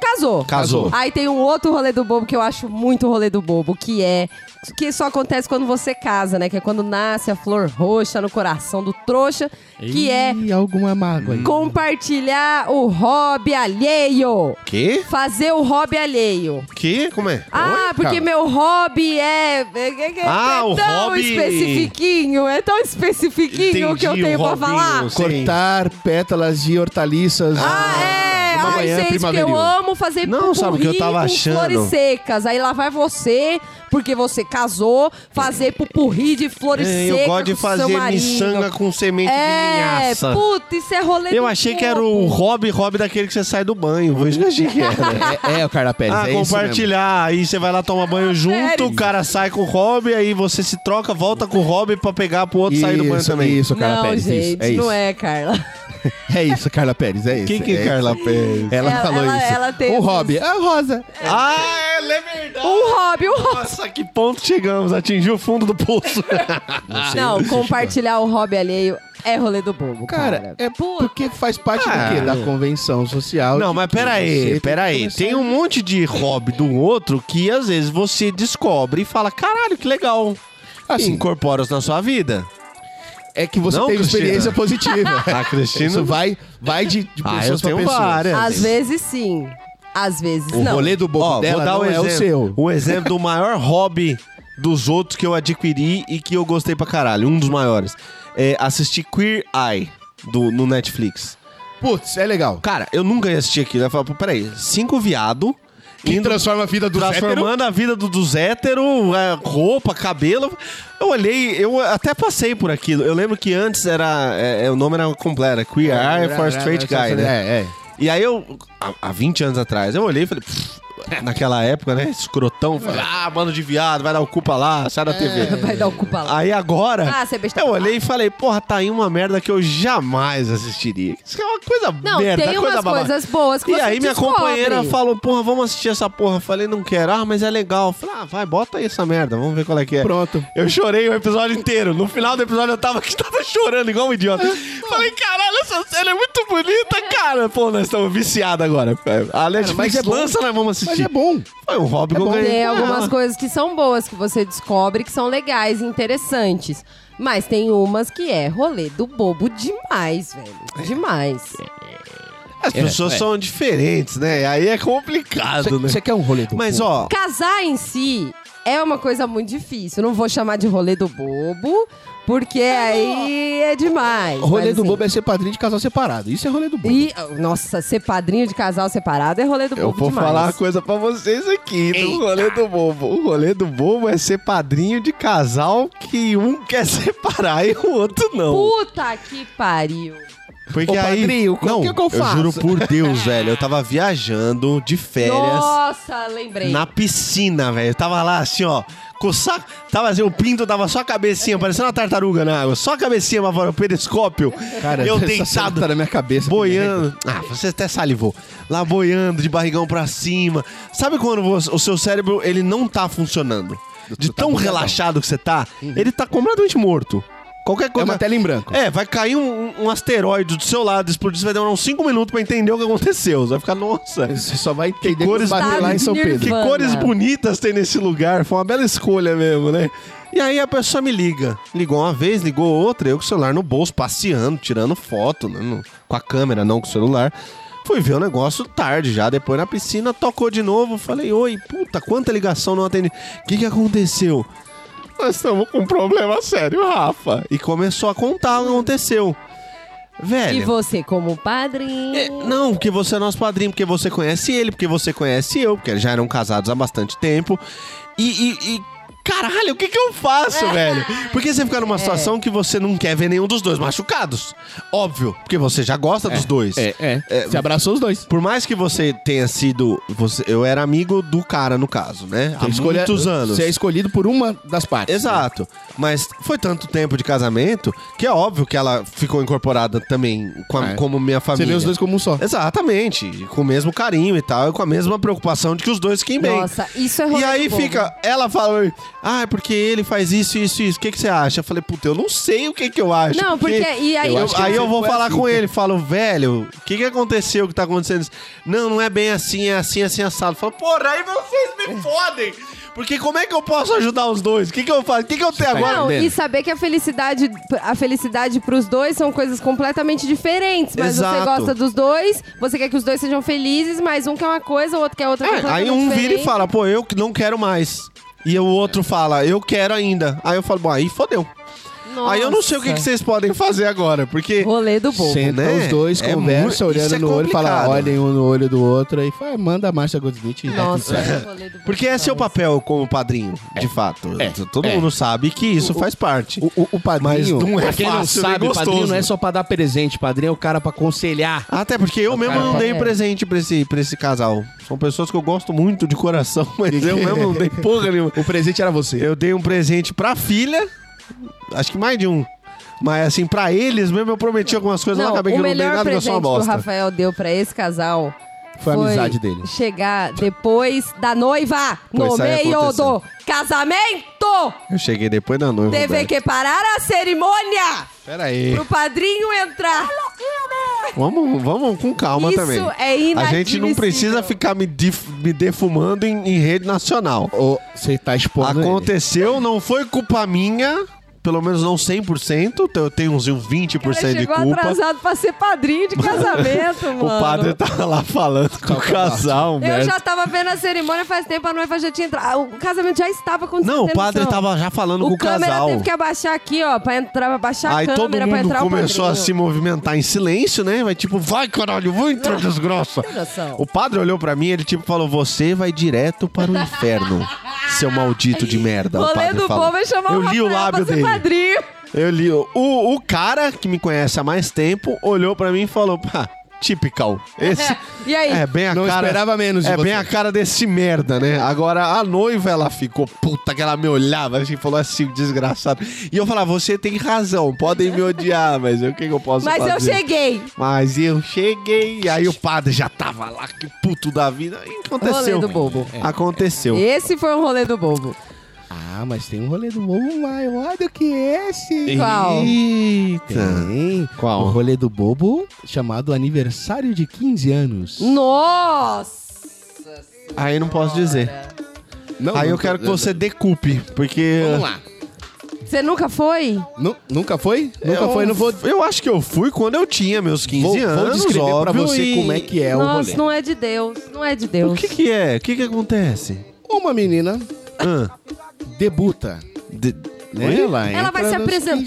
G: Casou.
C: Casou.
G: Aí tem um outro rolê do bobo que eu acho muito rolê do bobo, que é. Que só acontece quando você casa, né? Que é quando nasce a flor roxa no coração do trouxa, que é
D: Ih, alguma mágoa aí.
G: compartilhar o hobby alheio.
C: Que?
G: Fazer o hobby alheio.
C: Que? Como é?
G: Ah,
D: Oi,
G: porque
D: cara.
G: meu hobby é. é- é-
C: Ah,
G: é
C: o
G: tão
C: hobby-
G: especifiquinho, é tão especifiquinho o que eu
C: Entendi,
G: tenho
C: o Robinho,
G: pra falar.
C: sim.
D: Cortar pétalas de hortaliças.
G: Ah, é!
D: Uma
G: Ai,
D: manhã
G: gente, porque eu
D: primaveril.
G: amo fazer
C: Não,
G: pupurri
C: sabe o que eu tava
G: com
C: achando?
G: flores secas. Aí lá vai você, porque você casou, fazer pupurri de flores
C: É,
G: secas
C: eu gosto de
G: com seu
C: fazer
G: marido.
C: miçanga com semente de
G: É,
C: linhaça.
G: puta, isso é rolê
C: Eu
G: do
C: achei que era
G: povo.
C: o hobby, hobby daquele que você sai do banho. Foi isso que eu achei que era.
D: É, é o Carla Pérez,
C: Ah,
D: é isso mesmo.
C: compartilhar. Aí você vai lá tomar banho junto,
G: sério?
C: o cara sai com o hobby, aí você se troca, volta com o hobby pra pegar pro outro sair do banho
D: Isso,
C: também.
D: Isso, Carla
G: Não,
D: Pérez.
G: gente,
D: isso, é isso.
G: não é, Carla.
D: É isso, Carla Pérez, é isso.
C: Quem que é
D: isso.
C: Carla Pérez?
D: Ela,
G: Ela-
D: falou
G: ela-
D: isso.
G: ela tem
D: o
G: essas-
D: hobby, a rosa.
C: Ah, ela é verdade.
G: Um hobby, um hobby.
C: Nossa, que ponto chegamos? Atingiu o fundo do poço.
G: Não, compartilhar o hobby alheio é rolê do bobo, cara.
D: Cara, é porque faz parte
C: Ah.
D: do quê? Da convenção social.
C: Não, mas peraí, peraí. Tem um monte de hobby do outro que às vezes você descobre e fala: caralho, que legal. Assim,
D: Assim.
C: incorpora-os na sua vida.
D: É que você
C: Não,
D: teve
C: Cristina.
D: experiência positiva.
C: A Cristina-
D: Isso vai, vai de, de
C: Ah, eu
D: pessoas pra
C: tenho
D: pessoas.
C: várias.
G: Às vezes sim, às vezes
D: O
G: não.
D: rolê do bobo
C: Ó,
D: dela
C: vou dar
D: não
C: um
D: é
C: exemplo.
D: o seu.
C: Um exemplo do maior hobby dos outros que eu adquiri e que eu gostei pra caralho. Um dos maiores. É assistir Queer Eye do, no Netflix.
D: Putz, é legal.
C: Cara, eu nunca ia assistir aquilo. Eu ia falar, pô, peraí, cinco viado.
D: Que
C: indo-
D: transforma a vida do
C: transformando a vida do, dos héteros, é, roupa, cabelo. Eu olhei, eu até passei por aquilo. Eu lembro que antes era. é, é, o nome era completo, era É, Queer
D: Ah,
C: Eye for Straight Guy, né?
D: É, é.
C: E aí eu, há, há 20 anos atrás, eu olhei e falei, "Pff", naquela época, né? Escrotão, falei, ah, mano de viado, vai dar o cu pra lá, sai da TV.
G: Vai dar o cu pra lá.
C: Aí agora,
G: Ah, você é besta.
C: eu olhei e falei, porra, tá aí uma merda que eu jamais assistiria. Isso é uma coisa
G: Não,
C: merda,
G: tem
C: coisa
G: umas
C: babaca.
G: coisas boas que
C: E
G: você
C: aí minha
G: descobre.
C: companheira falou, porra, vamos assistir essa porra. Eu Falei, não quero. Ah, mas é legal. Eu Falei, ah, vai, bota aí essa merda, vamos ver qual é que é.
D: Pronto.
C: Eu chorei o episódio inteiro. No final do episódio eu tava, tava chorando igual um idiota. Falei, caralho, essa série é muito bonita, cara. Pô, nós estamos viciados agora. A Netflix
D: mas é bom.
C: lança, nós vamos
D: Mas
C: assistir.
D: é bom. É,
C: Foi um hobby que eu ganhei.
G: Tem
C: com
G: É, algumas
C: ela.
G: coisas que são boas, que você descobre, que são legais, interessantes. Mas tem umas que é rolê do bobo demais,
C: É.
G: velho. Demais.
C: As pessoas são diferentes, né? Aí é complicado, né?
D: Você quer um rolê do
C: Mas,
D: cu?
C: ó,
G: Casar em si é uma coisa muito difícil. Não vou chamar de rolê do bobo, porque
C: Tá
G: aí é demais.
D: O rolê
G: Mas,
D: do
G: assim,
D: bobo é ser padrinho de casal separado. Isso é rolê do bobo.
G: E, nossa, ser padrinho de casal separado é rolê do
C: Eu
G: bobo
C: vou
G: demais.
C: falar uma coisa pra vocês aqui do rolê do bobo. O rolê do bobo é ser padrinho de casal que um quer separar e o outro não.
G: Puta que pariu.
C: Porque
D: Ô, padrinho, como
C: não,
D: que é que eu faço?
C: juro por Deus, velho. Eu tava viajando de férias
G: Nossa, lembrei.
C: na piscina, velho. Eu tava lá assim, ó, com o saco. Tava assim, o pinto dava só a cabecinha, parecendo uma tartaruga na água. Só a cabecinha, mas fora o periscópio.
D: Cara,
C: eu
D: essa cena
C: deitado
D: tá na minha cabeça.
C: boiando. Ah, você até salivou. Lá boiando, de barrigão pra cima. Sabe quando você- o seu cérebro ele não tá funcionando? De
D: tá
C: tão
D: bugadão.
C: relaxado que você tá, ele tá completamente morto. Qualquer
D: É
C: coisa.
D: uma tela em branco.
C: É, vai cair um, um asteroide do seu lado, explodir, você vai demorar uns 5 minutos pra entender o que aconteceu. Você vai ficar, nossa,
D: Você só vai entender que
C: cores
D: bater lá em São
G: Nirvana.
D: Pedro.
C: que
G: Nirvana.
C: cores bonitas tem nesse lugar. Foi uma bela escolha mesmo, né? E aí a pessoa me liga. Ligou uma vez, ligou outra, eu com o celular no bolso, passeando, tirando foto, né? No- com a câmera, não com o celular. Fui ver o negócio tarde já, depois na piscina, tocou de novo. Falei, oi, puta, quanta ligação não atendi. O que, que aconteceu? Nós estamos com um problema sério, Rafa. E começou a contar o que aconteceu. Velho.
G: E você, como
C: É,
G: padrinho.
C: não, porque você é nosso padrinho, porque você conhece ele, porque você conhece eu, porque já eram casados há bastante tempo. E, e- e Caralho, o que, que eu faço, velho? Porque você fica numa situação que você não quer ver nenhum dos dois machucados. Óbvio, porque você já gosta dos dois.
D: É, é. Você abraçou os dois.
C: Por mais que você tenha sido. você- eu era amigo do cara, no caso, né? Há
D: Você escolhe-
C: muitos anos.
D: Você é escolhido por uma das partes.
C: Exato. Mas foi tanto tempo de casamento que é óbvio que ela ficou incorporada também com a-
D: É.
C: como minha
D: Você
C: família.
D: vê os dois como um só.
C: Exatamente. e Com o mesmo carinho e tal, e com a mesma preocupação de que os dois fiquem bem.
G: Nossa, isso é rolê
C: E aí
G: do povo.
C: fica, ela fala, ah, é porque ele faz isso, isso, isso. O que, que você acha? Eu falei, puta, eu não sei o que, É tipo que eu acho.
G: Não, porque. E aí.
C: Eu-
D: acho que
C: aí eu
D: você
C: vou
D: foi
C: falar
D: assim.
C: com ele, falo, velho, o que, que aconteceu que tá acontecendo? isso? Não, não é bem assim, é assim, assim, assado. Falo, porra, aí vocês
G: É.
C: me fodem! Porque como é que eu posso ajudar os dois? O que, que eu faço? O que, que eu tenho
D: tá
C: agora?
G: Não,
D: Entendo.
G: e saber que a felicidade, a felicidade pros dois são coisas completamente diferentes. Mas
C: Exato.
G: você gosta dos dois, você quer que os dois sejam felizes, mas um quer uma coisa, o outro quer outra.
C: É, aí
G: completamente
C: um vira e
G: diferente.
C: fala, pô, eu que não quero mais. E o outro fala, eu quero ainda. Aí eu falo, bom, aí fodeu. Aí eu não sei o que, que
G: Nossa.
C: vocês podem fazer agora, porque.
G: Rolê do povo.
D: Senta
C: né?
D: os dois,
C: É
D: conversa,
C: muito-
D: olhando
C: isso é
D: no olho, fala,
C: complicado.
D: olhem um no olho do outro e fala, manda a Márcia Goldsmith. e dá tudo
G: Nossa,
D: certo.
G: é rolê do povo.
C: Porque esse é o papel como padrinho, de fato.
D: É.
C: Todo
D: É.
C: mundo sabe que isso faz parte.
D: O, o, o padrinho,
C: Mas não é
D: pra quem não
C: fácil, nem
D: sabe, o padrinho
C: gostoso.
D: não é só pra dar presente, padrinho é o cara pra aconselhar.
C: Até porque eu mesmo
D: cara é.
C: não
G: fala-
C: dei presente pra esse, pra esse casal. São pessoas que eu gosto muito de coração, mas eu mesmo não dei porra nenhuma.
D: O presente era você.
C: Eu dei um presente pra filha, acho que mais de um. Mas assim, pra eles mesmo eu prometi algumas coisas, lá
G: Não,
C: acabei que
G: o
C: eu não dei
G: melhor
C: nada, que eu
G: presente
C: sou uma
G: que o
C: bosta.
G: Rafael deu pra esse casal
D: Foi a amizade dele.
G: chegar depois da noiva
C: Pois
G: no
C: isso aí
G: meio
C: aconteceu.
G: do casamento.
C: Eu cheguei depois da noiva.
G: Teve
C: velho.
G: que parar a cerimônia
C: Pera aí.
G: pro padrinho entrar.
C: Vamos, vamos com calma
G: Isso
C: também.
G: é
C: A gente não
G: inadmissível.
C: precisa ficar me, dif- me defumando em, em rede nacional.
D: Ô, Você tá expondo ele.
C: Aconteceu, não foi culpa minha, pelo menos não 100%, então eu tenho uns 20%
G: O cara
C: de
G: chegou
C: culpa.
G: atrasado pra ser padrinho de casamento, mano.
C: O padre é um tá lá falando com o casal,
G: Eu
C: velho.
G: já tava vendo a cerimônia faz tempo, a noiva já tinha entrado. Ah, O casamento já estava acontecendo.
C: Não,
G: então,
C: o padre tava já falando com
G: O
C: o
G: câmera
C: casal.
G: teve que abaixar aqui, ó, pra entrar, pra baixar
C: Aí
G: a
C: todo
G: câmera, pra
C: mundo
G: entrar
C: começou
G: o
C: a
G: padrinho.
C: se movimentar em silêncio, né? Vai tipo, vai caralho, vou entrar, desgraça.
G: noção.
C: O padre olhou pra mim ele tipo falou: Você vai direto para o inferno, seu maldito de merda. o
G: Rolê
C: padre
G: do
C: falou.
G: povo é chamar
C: Eu
G: o
C: li
G: Rafael
C: o lábio
G: pra ser
C: dele.
G: padrinho.
C: Eu li. O, o cara que me conhece há mais tempo olhou pra mim e falou: pá, typical. Esse.
G: E aí?
C: É bem a
D: Não
C: cara.
D: esperava menos de
C: É
D: você.
C: bem a cara desse merda, né? Agora a noiva ela ficou puta que ela me olhava assim, falou assim, desgraçado. E eu falava: você tem razão, podem me odiar, mas eu- o que, que eu posso
G: Mas
C: fazer?
G: eu cheguei.
C: Mas eu cheguei, e aí o padre já tava lá, que puto da vida. E aconteceu. É.
G: Rolê do bobo.
C: Aconteceu.
G: Esse foi um rolê do bobo.
D: Ah, mas tem um rolê do bobo maior do que esse.
G: Qual?
C: Eita.
D: Tem.
C: Qual?
D: O rolê do bobo chamado aniversário de 15 anos.
G: Nossa!
C: Aí não posso dizer.
D: Não,
C: Aí
D: Então, não
C: eu
D: tô-
C: quero que você decupe, porque.
D: Vamos lá.
G: Você nunca foi?
D: Nu- nunca foi? Nunca
C: eu,
D: foi, não vou...
C: Eu acho que eu fui quando eu tinha meus 15
D: vou,
C: anos.
D: vou descrever pra
C: óbvio,
D: você
C: e-
D: como é que é o
G: Nossa,
D: rolê.
G: não é de Deus. Não é de
C: O
G: Deus.
C: que que é? O que que acontece?
D: Uma menina
C: Ah,
D: debuta.
C: de-
D: né?
C: Oi?
D: Ela,
G: Ela vai se
D: entra nos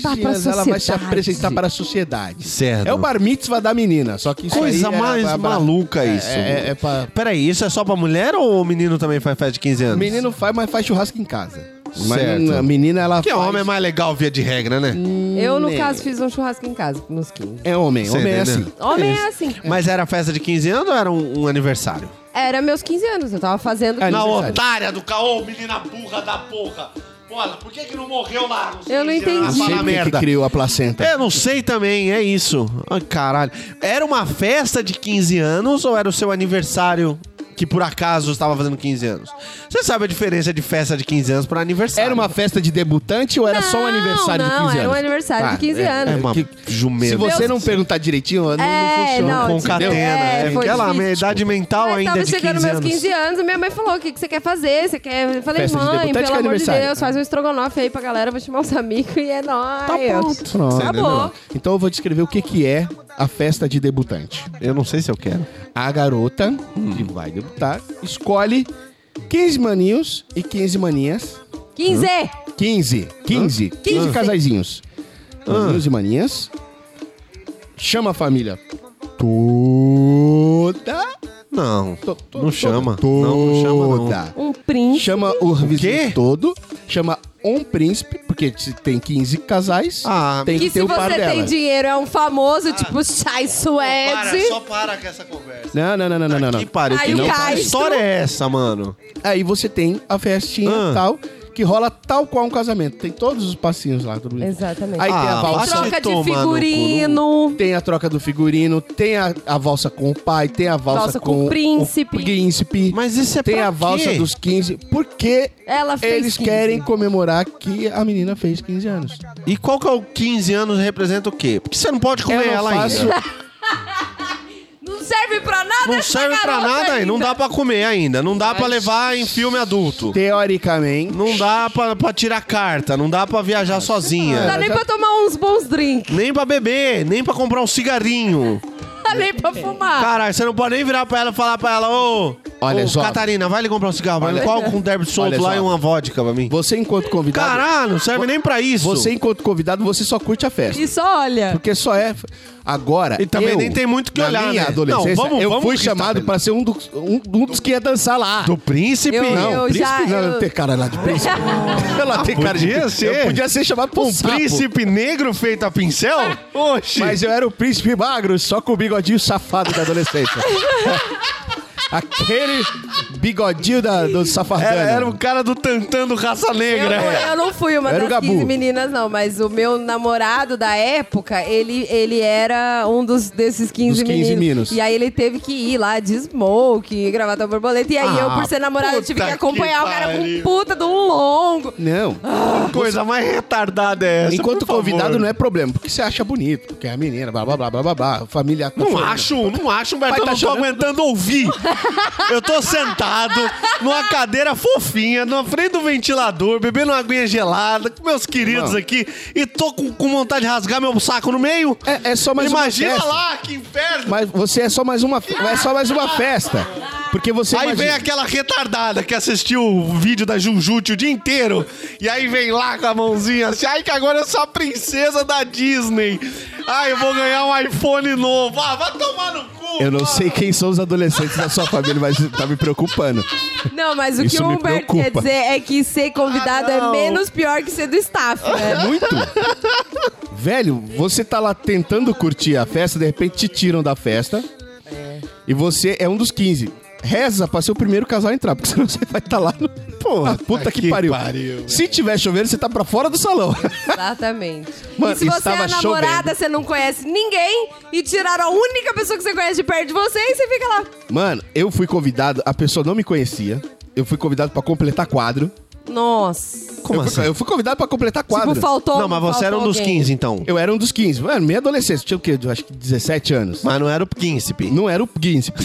G: apresentar
D: 15
G: pra
D: anos, Ela vai se
G: sociedade.
D: apresentar para a sociedade.
C: Certo.
D: É o bar mitzvah da menina, só que isso
C: Coisa
D: aí é-
C: mais
D: é- é-
C: maluca isso.
D: É, é, é pra...
C: Peraí, isso é só pra mulher ou o menino também faz festa de 15 anos?
D: Menino faz, mas faz churrasco em casa. Mas
C: Certo.
D: a menina, ela
C: Que
D: faz...
C: homem é mais legal via de regra, né?
G: Eu, no
D: né?
G: caso, fiz um churrasco em casa nos 15.
D: É homem,
C: Você
D: homem é
C: entendeu?
D: assim.
G: Homem é assim.
C: Mas era festa de 15 anos ou era um, um aniversário?
G: Era meus 15 anos, eu tava fazendo.
D: Ah,
G: com-
D: não. Aniversário.
C: otária do caô, menina burra da porra. Olha, por que que não morreu lá? nos
G: Eu não
C: 15 anos?
G: entendi.
C: Fala
D: Sempre
C: merda.
D: que criou a placenta.
C: Eu não sei também, é isso. Ai, caralho. Era uma festa de 15 anos ou era o seu aniversário que por acaso estava fazendo 15 anos? Você sabe a diferença de festa de 15 anos para aniversário?
D: Era uma festa de debutante ou era só um
G: Não,
D: aniversário de
G: não,
D: 15 anos? Tá,
G: era um aniversário de 15 anos.
C: É uma
D: que-
C: jumenta.
D: se você não perguntar direitinho, não, não
G: É,
D: funciona.
G: não,
C: Concatena.
G: entendeu?
C: É,
G: É, foi
C: porque ela,
G: difícil.
C: minha idade mental
G: Mas
C: ainda
G: tava
C: é de 15
G: chegando
C: anos.
G: meus 15 anos e minha mãe falou: o que, que você quer fazer? Você quer. Eu falei,
D: Festa de
G: mãe,
D: debutante que é
G: pelo amor de
D: aniversário.
G: Deus, faz um estrogonofe aí pra galera, eu vou chamar uns amigos e é nóis.
D: Tá pronto. Pronto.
C: Você entendeu?
G: Acabou.
D: Então eu vou descrever o que, que é a festa de debutante.
C: Eu não sei se eu quero.
D: A garota que
C: Hum.
D: vai debutar escolhe 15 maninhos e 15 maninhas.
G: 15!
D: 15, 15, 15 casaizinhos. Maninhos e maninhas. Chama a família toda.
C: Não.
D: To- to-
C: Não chama.
D: Toda.
C: Não, não chama, não.
G: Um print.
D: Chama o vizinho todo. chama Um Príncipe, porque se tem 15 casais,
C: Ah,
D: tem que,
G: Que
D: ter
G: se
D: o par
G: você
D: dela.
G: tem dinheiro, é um famoso, tipo, Chai Suede.
H: um
C: para com essa conversa.
D: Não, não, não, não, não, não, não.
C: Que pariu,
G: Aí
C: que
G: o
C: não. Que
G: Castro-
C: história é essa, mano?
D: Aí você tem a festinha
C: Ah.
D: e tal, que rola tal qual um casamento. Tem todos os passinhos lá. Tudo bonito.
G: Exatamente.
D: Aí tem
C: Ah,
D: a
C: vai
D: valsa.
C: se
G: Troca de
C: tomar no cu,
G: figurino.
D: Tem a troca do figurino, tem a, a valsa com o pai, tem a valsa,
G: Valsa com o príncipe.
D: príncipe,
C: Mas isso é
D: tem
C: pra
D: a valsa
C: quê?
D: dos 15, porque
G: Ela fez
D: eles
G: 15.
D: querem comemorar que a menina fez 15 anos.
C: E qual que é o 15 anos representa o quê? Porque você não pode
D: Eu
C: comer
D: não
C: é ela
D: faço-
C: ainda.
G: Não serve pra nada
C: Não
G: essa
C: serve pra
G: garota
C: nada aí, não
G: ainda.
C: dá pra comer ainda, não dá pra levar em filme adulto.
D: Teoricamente,
C: Não dá pra, pra tirar carta, não dá pra viajar
G: Não dá
C: sozinha.
G: nem pra tomar uns bons drinks.
C: Nem pra beber, nem pra comprar um cigarrinho.
G: Não dá nem pra fumar.
C: Caralho, você não pode nem virar pra ela e falar pra ela, ô.
D: Olha
C: ô,
D: só.
C: Catarina, vai lhe comprar um cigarro, vai
D: Olha-
C: qual com um derby solto
D: Olha
C: lá
D: só.
C: e uma vodka pra mim.
D: você enquanto convidado,
C: Caralho, não serve nem pra isso.
D: você é enquanto convidado, você só curte a festa.
G: E só olha.
D: Porque só é. Agora.
C: E também
D: eu,
C: nem tem muito o que
D: na
C: olhar,
D: minha
C: né?
D: adolescência,
C: Não, vamos-
D: eu
C: vamos
D: fui
C: que
D: chamado
C: está-
D: pra ser um dos, um, um dos que ia dançar lá.
C: Do príncipe?
G: Eu-
C: não.
D: Não, príncipe
G: já-
D: não,
G: eu-
D: não tem cara lá de príncipe. Ela tem cara de
C: podia
D: príncipe.
C: ser.
D: Eu podia ser chamado por
C: Um príncipe negro feito a pincel? Oxi.
D: Mas eu era o príncipe magro, só com o bigodinho safado da adolescência. Aquele bigodinho da, do safadão.
C: era, era um o cara do Tantan do Raça
G: Eu,
C: Negra.
G: eu não fui uma
D: Era
G: das
D: o Gabu.
G: 15 meninas, não, mas o meu namorado da época, ele, ele era um dos, desses 15,
D: Dos 15
G: meninos.
D: minos.
G: E aí ele teve que ir lá de smoke, gravata borboleta. E aí
C: Ah,
G: eu, por ser namorada, eu tive
C: puta
G: que acompanhar
C: que
G: o cara
C: pariu.
G: com puta de um longo.
D: Não.
C: Que coisa mais retardada é essa?
D: Enquanto
C: Ah, por favor.
D: convidado não é problema, porque você acha bonito, porque é a menina, blá blá blá blá blá, blá, família.
C: Não acho, não acho, mas
D: Pai
C: eu
D: tá
C: não tô
D: chorando.
C: aguentando ouvir. Eu tô sentado numa cadeira fofinha, na frente do ventilador, bebendo uma aguinha gelada, com meus queridos
D: Irmão.
C: aqui, e tô com, com vontade de rasgar meu saco no meio.
D: É, é só mais
C: Imagina
D: uma festa.
C: lá, que inferno!
D: Mas você é só mais uma, fe- é só mais uma festa. Porque você
C: Aí
D: imagina-
C: vem aquela retardada que assistiu o vídeo da Jujute o dia inteiro. E aí vem lá com a mãozinha assim. Ai, que agora eu sou a princesa da Disney. Ai, eu vou ganhar um iPhone novo. Ah, vai tomar no cu.
D: Eu não
C: mano.
D: sei quem são os adolescentes da sua família, mas tá me preocupando.
G: Não, mas o
D: Isso
G: que o
D: me
G: Humberto
D: preocupa. Ah,
G: quer dizer é que ser convidado é menos pior que ser do staff, né?
D: É Muito? Velho, você tá lá tentando curtir a festa, de repente te tiram da festa. E você é um dos 15. Reza pra ser o primeiro casal a entrar, porque senão você vai estar tá lá no. Porra, puta que, pariu. Se tiver chovendo, você tá pra fora do salão.
G: Exatamente.
D: Mano,
G: e se você é
D: estava
G: namorada,
D: chovendo.
G: você não conhece ninguém e tiraram a única pessoa que você conhece de perto de você e você fica lá.
D: Mano, eu fui convidado, a pessoa não me conhecia. Eu fui convidado pra completar quadro.
G: Nossa.
C: Como
D: eu, fui, eu fui convidado pra completar quadro.
G: Tipo, faltou.
C: Não, mas você
G: faltou
C: era um dos
G: alguém.
C: 15, então.
D: Eu era um dos 15. Mano, minha adolescência, tinha o quê? Eu acho que 17 anos.
C: Mas não era o príncipe.
D: Não era o Príncipe.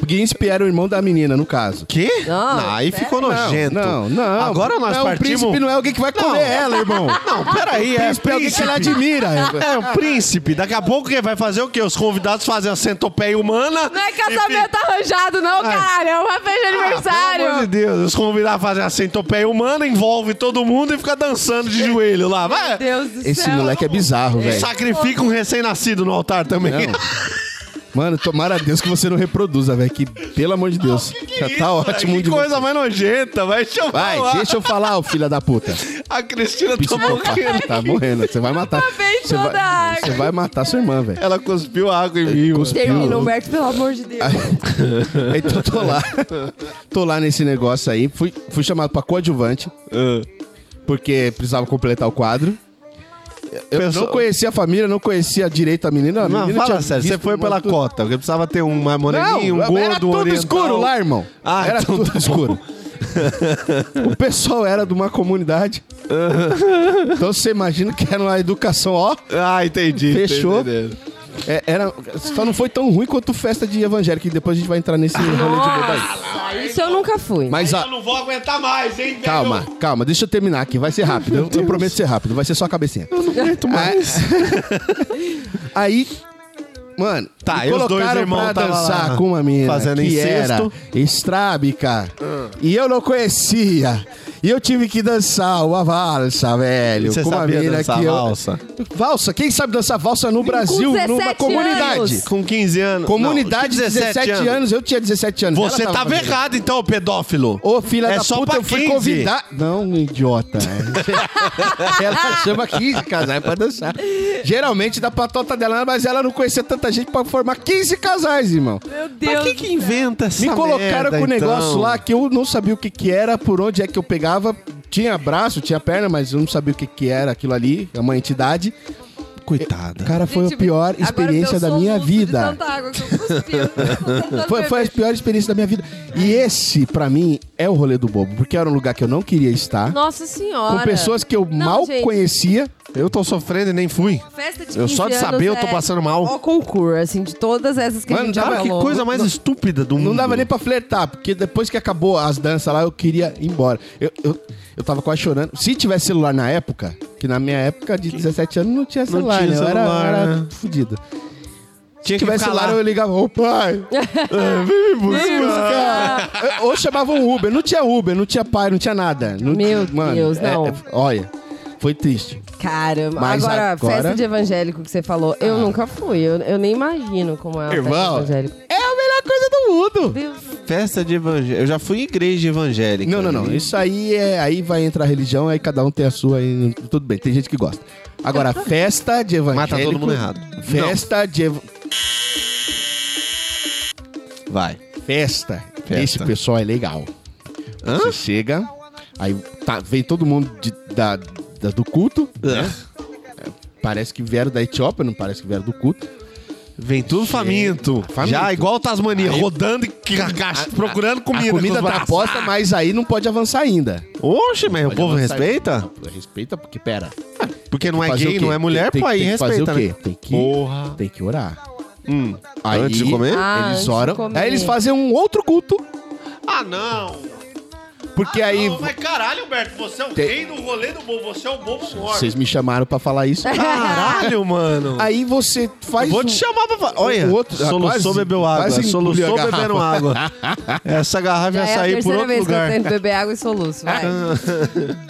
D: o Príncipe era o irmão da menina, no caso.
C: Quê?
G: Não,
C: aí
G: pera
C: ficou
G: aí.
C: nojento.
D: Não, não.
C: Agora nós
D: não,
C: partimos...
D: O príncipe não é alguém que vai comer
C: Não.
D: ela, irmão.
C: Não, peraí, é
D: príncipe é alguém que ela admira.
C: É, o príncipe. Daqui a pouco quem vai fazer o quê? Os convidados fazem a centopeia humana.
G: Não é
C: e fica- Ah,
G: casamento arranjado, não, caralho. É uma
D: Ah,
G: festa de aniversário.
C: Pelo amor de Deus, os convidados a fazer a centopeia humana, envolve todo mundo e fica dançando de joelho lá. Vai.
G: Deus do
D: Esse
G: céu.
D: moleque é bizarro,
C: E
D: velho.
C: sacrifica um recém-nascido no altar também.
D: Não. Mano, tomara a Deus que você não reproduza, velho. Que, pelo amor de Deus. já tá ótimo
C: Que
D: de
C: coisa mais nojenta, vai. Deixa eu
D: Vai,
C: falar.
D: deixa eu falar, ô filha da puta.
C: A Cristina tá morrendo.
D: Psicopata, tá morrendo. Você vai matar.
G: Acabei de
D: Você
G: toda a
D: vai,
G: água.
D: você vai matar sua irmã, velho.
C: Ela cuspiu água em mim.
D: é
C: mano.
G: Termina, Humberto, pelo amor de Deus.
D: Então tô lá. Tô lá nesse negócio aí. Fui, fui chamado pra coadjuvante.
C: Ah.
D: Porque precisava completar o quadro. Eu
C: Pessoal-
D: não conhecia a família, não conhecia direito a menina. A
C: Não,
D: menina
C: fala
D: tinha
C: sério, você
D: visto
C: foi
D: uma
C: pela
D: tu-
C: cota, porque precisava ter um mais
D: Não,
C: moreninho, um gordo,
D: era tudo
C: um oriental.
D: escuro lá, irmão.
C: Ah,
D: era
C: então
D: tudo
C: tá bom.
D: escuro. o pessoal era de uma comunidade. então você imagina que era uma educação, ó.
C: Ah, entendi.
D: Fechou.
C: tô entendendo.
D: É, era, só não foi tão ruim quanto festa de evangélico, que depois a gente vai entrar nesse rolê de boba aí.
G: Nossa, Ah, isso eu nunca fui.
D: Mas a,
C: Eu não vou aguentar mais, hein, velho?
D: Calma, calma, deixa eu terminar aqui, vai ser rápido. Eu, eu prometo ser rápido, vai ser só a cabecinha. Eu não aguento mais. Aí, mano,
C: Tá,
D: me
C: e os dois
D: colocaram
C: irmãos
D: pra
C: tava lá
D: dançar com uma menina
C: fazendo
D: que
C: incesto.
D: Ah. era estrábica e eu não conhecia. E eu tive que dançar uma valsa, velho.
C: Você
D: com uma
C: sabia
D: mina
C: dançar
D: que eu...
C: valsa?
D: Valsa? Quem sabe dançar valsa no Brasil,
G: 17
D: numa
G: anos.
D: comunidade?
C: Com 15 anos.
D: Comunidade,
C: Não,
D: 17, anos. eu tinha 17 anos.
C: Você
D: Ela
C: tava
D: fazendo.
C: errado, então, pedófilo.
D: Ô, filha
C: É
D: da
C: só
D: puta,
C: pra
D: eu fui
C: 15.
D: convidar. Não, um idiota. ela chama 15 casais pra dançar. Geralmente dá pra tota dela, mas ela não conhecia tanta gente pra formar 15 casais, irmão.
C: Pra
G: Meu Deus.
C: que que inventa essa
D: Me colocaram
C: merda,
D: com um negócio
C: então?
D: lá que eu não sabia o que que era, por onde é que eu pegava. Tinha braço, tinha perna, mas eu não sabia o que que era aquilo ali, é uma entidade.
C: Coitada.
D: Cara, foi a pior experiência da minha vida. Foi, foi a pior experiência da minha vida. E esse, pra mim, é o rolê do bobo, porque era um lugar que eu não queria estar.
G: Nossa senhora.
D: Com pessoas que eu
G: Não,
D: mal
G: gente.
D: conhecia.
C: Eu tô sofrendo e nem fui.
G: Festa de
C: Eu só de
G: 15
C: saber eu
G: anos
C: tô
G: é
C: passando mal.
G: Ó, concurso, assim, de todas essas que a
D: Mano,
G: gente já
D: dava-
C: Cara, que
G: falou.
C: coisa mais estúpida do mundo.
D: Não dava nem pra flertar, porque depois que acabou as danças lá, eu queria ir embora. Eu, eu, eu tava quase chorando. Se tivesse celular na época, que na minha época de 17 anos não tinha celular,
C: tinha
D: né? Eu
C: celular,
D: era,
C: né?
D: era fudido.
C: Tinha
D: Se tivesse
C: ficar
D: celular, eu ligava, ô pai,
C: Vem me buscar.
D: cara. Ou chamava um Uber. Não tinha Uber, não tinha pai, não tinha nada. Não
G: Meu
D: tinha- mano,
G: Deus,
D: é-
G: não.
D: é- olha, foi triste.
G: Caramba.
D: Mas
G: agora,
D: agora-
G: festa de evangélico que você falou,
C: Ah.
G: eu nunca fui. Eu, eu nem imagino como é uma
D: Irmão.
G: festa de evangélico.
D: É a melhor coisa do
C: é?
D: mundo.
C: Festa de evangélico. Eu já fui em igreja evangélica.
D: Não, não, não. Isso aí é. Aí vai entrar a religião, aí cada um tem a sua aí. não- Tudo bem, tem gente que gosta. Agora, festa de evangélico.
C: Mata todo mundo errado.
D: Festa de. ev-
C: Vai.
D: Festa.
C: Festa.
D: Esse pessoal é legal.
C: Hã?
D: Você chega, aí tá- vem todo mundo de- da, da- do culto.
C: É.
D: né? Parece que vieram da Etiópia, não parece que vieram do culto.
C: Vem tudo faminto.
D: faminto.
C: Já igual o Tasmania, rodando e ca- ca- procurando comida.
D: a
C: com
D: comida
C: os
D: tá
C: braços.
D: posta, mas aí não pode avançar ainda.
C: Oxe, mas o
D: Pode
C: povo
D: avançar.
C: respeita?
D: Respeita, porque pera.
C: Porque não é
D: fazer
C: gay,
D: o quê?
C: não é mulher,
D: Tem-
C: pô, aí
D: tem que fazer
C: respeita,
D: o quê?
C: né?
D: Tem que-
C: Porra.
D: Tem que orar.
C: Hum.
D: Aí,
C: Antes de comer?
G: Ah, antes
D: eles
G: de
D: oram.
G: comer.
D: Aí eles fazem um outro culto.
C: Ah, não.
D: Porque
C: Ah,
D: aí.
C: caralho, Humberto, você é o
D: Tem-
C: do rolê do bobo, você é o bobo
D: Vocês me chamaram pra falar isso.
C: Caralho, mano.
D: aí você faz. um
C: Vou te chamar pra falar. Olha,
D: o outro-
C: soluçou,
D: quase-
C: bebeu água.
D: quase engoliu a
C: Soluçou,
D: garrafa.
C: beberam água. Essa garrafa
G: Já
C: ia
G: é a
C: sair por
G: terceira
C: outro
G: vez
C: lugar. Ah.
G: que eu tento beber água e soluço. Vai.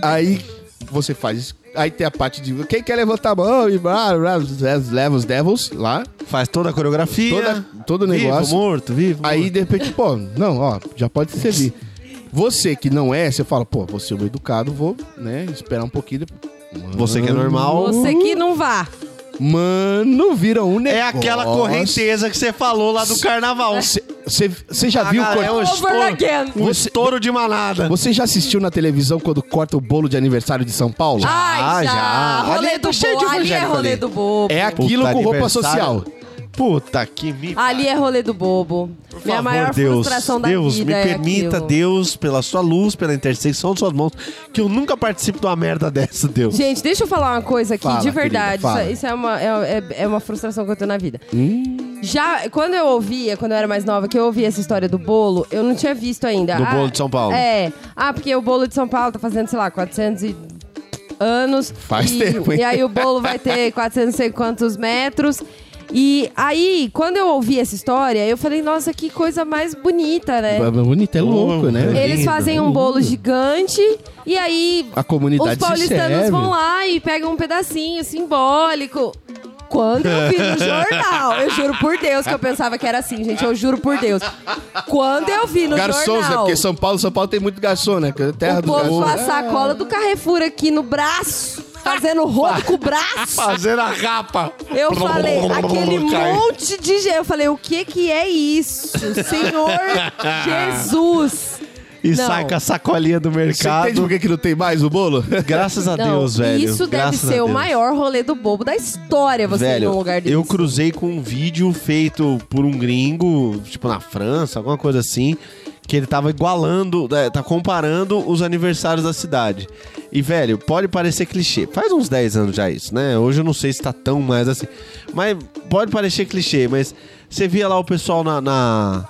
D: Aí você faz isso. Aí tem a parte de. Quem quer levantar a mão e blá, blá, blá, leva os devils lá.
C: Faz toda a coreografia.
D: Toda- todo o
C: Vivo,
D: negócio.
C: morto, vivo.
D: Aí
C: morto.
D: de repente, pô, não, ó, já pode servir. Você que não é, você fala, pô, você é um educado, vou, né, esperar um pouquinho.
C: Você que é normal.
G: Você que não vá.
D: Mano, viram um
C: É
D: negócio.
C: aquela correnteza que você falou lá do carnaval.
D: Você já
C: A
D: viu
C: galera,
D: quando-
C: um estouro,
G: again.
C: um estouro de manada.
D: Você já assistiu na televisão quando corta o bolo de aniversário de São Paulo?
G: Ah, Ai, já.
C: já.
G: Rolê
C: Ali
G: do
C: tá cheio
G: bobo.
C: de
G: Ali é
C: evangélico
G: rolê
C: ali.
G: do bobo.
D: É
C: Puta,
D: aquilo com roupa
C: aniversário.
D: social.
C: Puta que me.
G: Ali é rolê do bobo.
C: Por
G: Minha
C: favor,
G: maior
C: Deus,
G: frustração da
C: Deus,
G: vida
C: me
G: é
C: permita,
G: aquilo.
C: Deus, pela sua luz, pela intersecção de suas mãos, que eu nunca participe de uma merda dessa, Deus.
G: Gente, deixa eu falar uma coisa aqui,
D: Fala,
G: de verdade.
D: querida, fala.
G: isso isso é, uma, é, é- é uma frustração que eu tenho na vida. Já, quando eu ouvia, quando eu era mais nova, que eu ouvia essa história do bolo, eu não tinha visto ainda.
C: Do bolo de São Paulo.
G: É. Ah, porque o bolo de São Paulo tá fazendo, sei lá, 400 e anos.
D: Faz
G: e,
D: tempo, hein?
G: E aí o bolo vai ter 400 e sei quantos metros. E aí, quando eu ouvi essa história, eu falei, nossa, que coisa mais bonita, né?
D: Bonito, é louco, né?
G: Eles
C: lindo,
G: fazem um bolo gigante e aí
D: A comunidade
G: os paulistanos
D: se serve.
G: vão lá e pegam um pedacinho simbólico. Quando eu vi no jornal, eu juro por Deus que eu pensava que era assim, gente, eu juro por Deus. Quando eu vi no
D: Garçons, né?
G: jornal
D: Porque São Paulo, São Paulo tem muito garçom, né? Que é a Terra
G: o
D: do
G: povo
D: garçom. É.
G: com a sacola do Carrefour aqui no braço, fazendo rolo com o braço,
C: Fazer a rapa.
G: eu falei, aquele
C: Cai.
G: monte de gente, eu falei, o que que é isso? Senhor Jesus!
C: E
G: Não.
C: sai com a sacolinha do
D: Você entende por
C: mercado.
D: que, que não tem mais o bolo?
C: Graças a
G: Não,
C: Deus, velho.
G: Isso deve
C: graças a
G: ser o
C: Deus.
G: maior rolê do bobo da história, você ir
C: Velho,
G: num lugar desse.
C: eu cruzei com um vídeo feito por um gringo, tipo na França, alguma coisa assim, que ele tava igualando, é, tá comparando os aniversários da cidade. E, velho, pode parecer clichê. Faz uns 10 anos já isso, né? Hoje eu não sei se tá tão mais assim. Mas pode parecer clichê, mas você via lá o pessoal na- na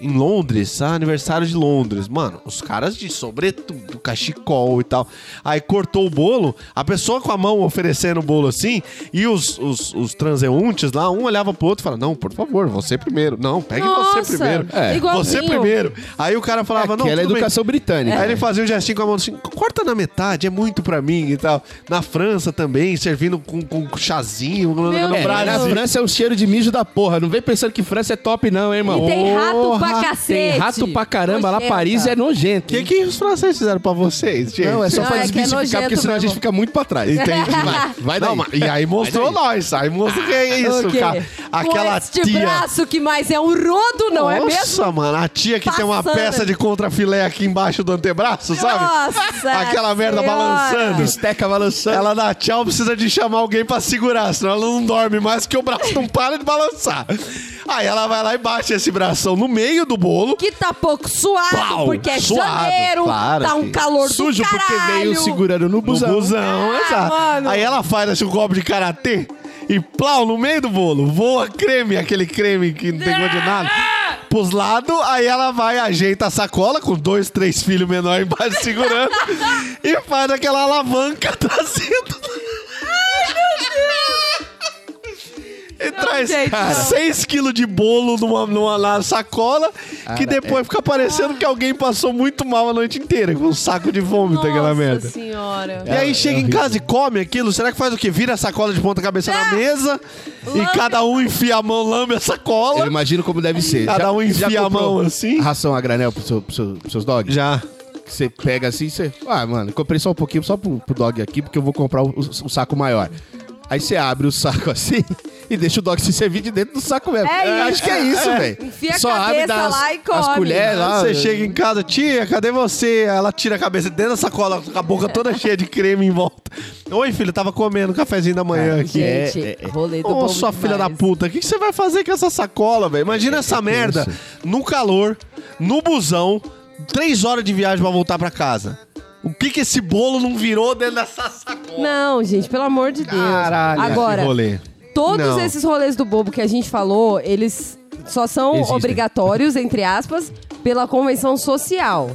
C: em Londres, ah, aniversário de Londres. Mano, os caras de sobretudo, cachecol e tal. Aí cortou o bolo, a pessoa com a mão oferecendo o bolo assim, e os, os, os transeuntes lá, um olhava pro outro e falava: Não, por favor, você primeiro. Não, pegue
G: Nossa,
C: você primeiro. "É, você
G: igualzinho.
C: primeiro. Aí o cara falava: Não,
D: Aquela é
C: tudo bem."
D: educação né? britânica.
C: Aí ele fazia um gestinho com a mão assim, corta na metade, é muito pra mim e tal. Na França também, servindo com, com chazinho. No,
G: Meu
C: no
G: Deus.
C: Brasil.
D: Na França é o cheiro de mijo da porra. Não vem pensando que França é top, não, hein, irmão?
G: E tem rato pra
D: Porra,
G: cacete.
D: Tem rato pra caramba. Lá
G: Nojenta.
D: Paris é nojento.
C: O que, que os franceses fizeram pra vocês, gente?
D: Não, é só
G: Não,
D: pra
G: é que é
D: desmistificar, porque
G: nojento
D: senão a gente
G: mesmo.
D: fica muito pra trás.
C: Entendi.
D: Vai, vai daí.
C: Não, mas- e aí mostrou nós, aí mostrou que é isso,
G: O quê?
C: cara. Aquela
G: Com este
C: tia.
G: braço que mais é um rodo, não é mesmo?
C: Nossa, mano, a tia que tem uma
G: Passando.
C: peça de contrafilé aqui embaixo do antebraço, sabe?
G: Nossa
C: Aquela merda
G: Senhora.
C: balançando.
D: Esteca balançando.
C: Ela dá tchau, precisa de chamar alguém pra segurar, senão ela não dorme mais, porque o braço não para de balançar. Aí ela vai lá e bate esse bração no meio do bolo.
G: Que tá pouco suado,
C: Pau,
G: porque é
C: suado,
G: janeiro,
C: claro,
G: tá um
C: filho.
G: calor
D: Sujo
G: do caralho.
D: porque veio segurando no
C: No busão,
D: busão.
G: Ah,
C: exato.
G: mano.
C: Aí ela faz assim, um golpe de karatê e plau no meio do bolo. Voa creme, aquele creme que não tem gosto de nada. Pros lados, aí ela vai, ajeita a sacola com dois, três filhos menores embaixo segurando e faz aquela alavanca trazendo. E traz
G: gente, não.
C: 6 quilos de bolo numa, numa, na sacola, que depois fica parecendo que alguém passou muito mal a noite inteira, com um saco de vômito aquela merda.
G: Nossa senhora.
C: E aí chega em casa e come aquilo, será que faz o quê? Vira a sacola de ponta cabeça na
G: Ah!
C: mesa
G: Lambe.
C: e cada um enfia a mão, lambe a sacola.
D: Eu imagino como deve ser.
C: Cada um enfia a
D: comprou
C: mão assim?
D: Ração a granel pro seu- pro seu- pros seus dogs?
C: Já.
D: Você pega assim, você. Ah, mano, comprei só um pouquinho só pro, pro dog aqui, porque eu vou comprar o, o- o saco maior. Aí você abre o saco assim e deixa o dog se servir de dentro do saco mesmo.
G: É isso.
D: Eu Acho que é isso,
G: É.
D: velho.
G: Enfia a cabeça lá e
D: As
G: come.
D: colheres lá.
C: Você chega em casa, tia, cadê você? Ela tira a cabeça dentro da sacola, com a boca toda cheia de creme em volta. Oi, filho, tava comendo um cafezinho da manhã aqui.
G: Gente,
D: É, é, é.
G: rolê do
C: Ô,
G: bom
C: sua
G: demais.
C: filha da puta, o que que você vai fazer com essa sacola, velho? Imagina essa merda no calor, no busão, três horas de viagem pra voltar pra casa. O que que esse bolo não virou dentro dessa sacola?
G: Não, gente, pelo amor de Deus. Agora,
C: que rolê.
G: todos
C: Não.
G: esses rolês do bobo que a gente falou, eles só são
D: Existem.
G: obrigatórios, entre aspas, pela convenção social.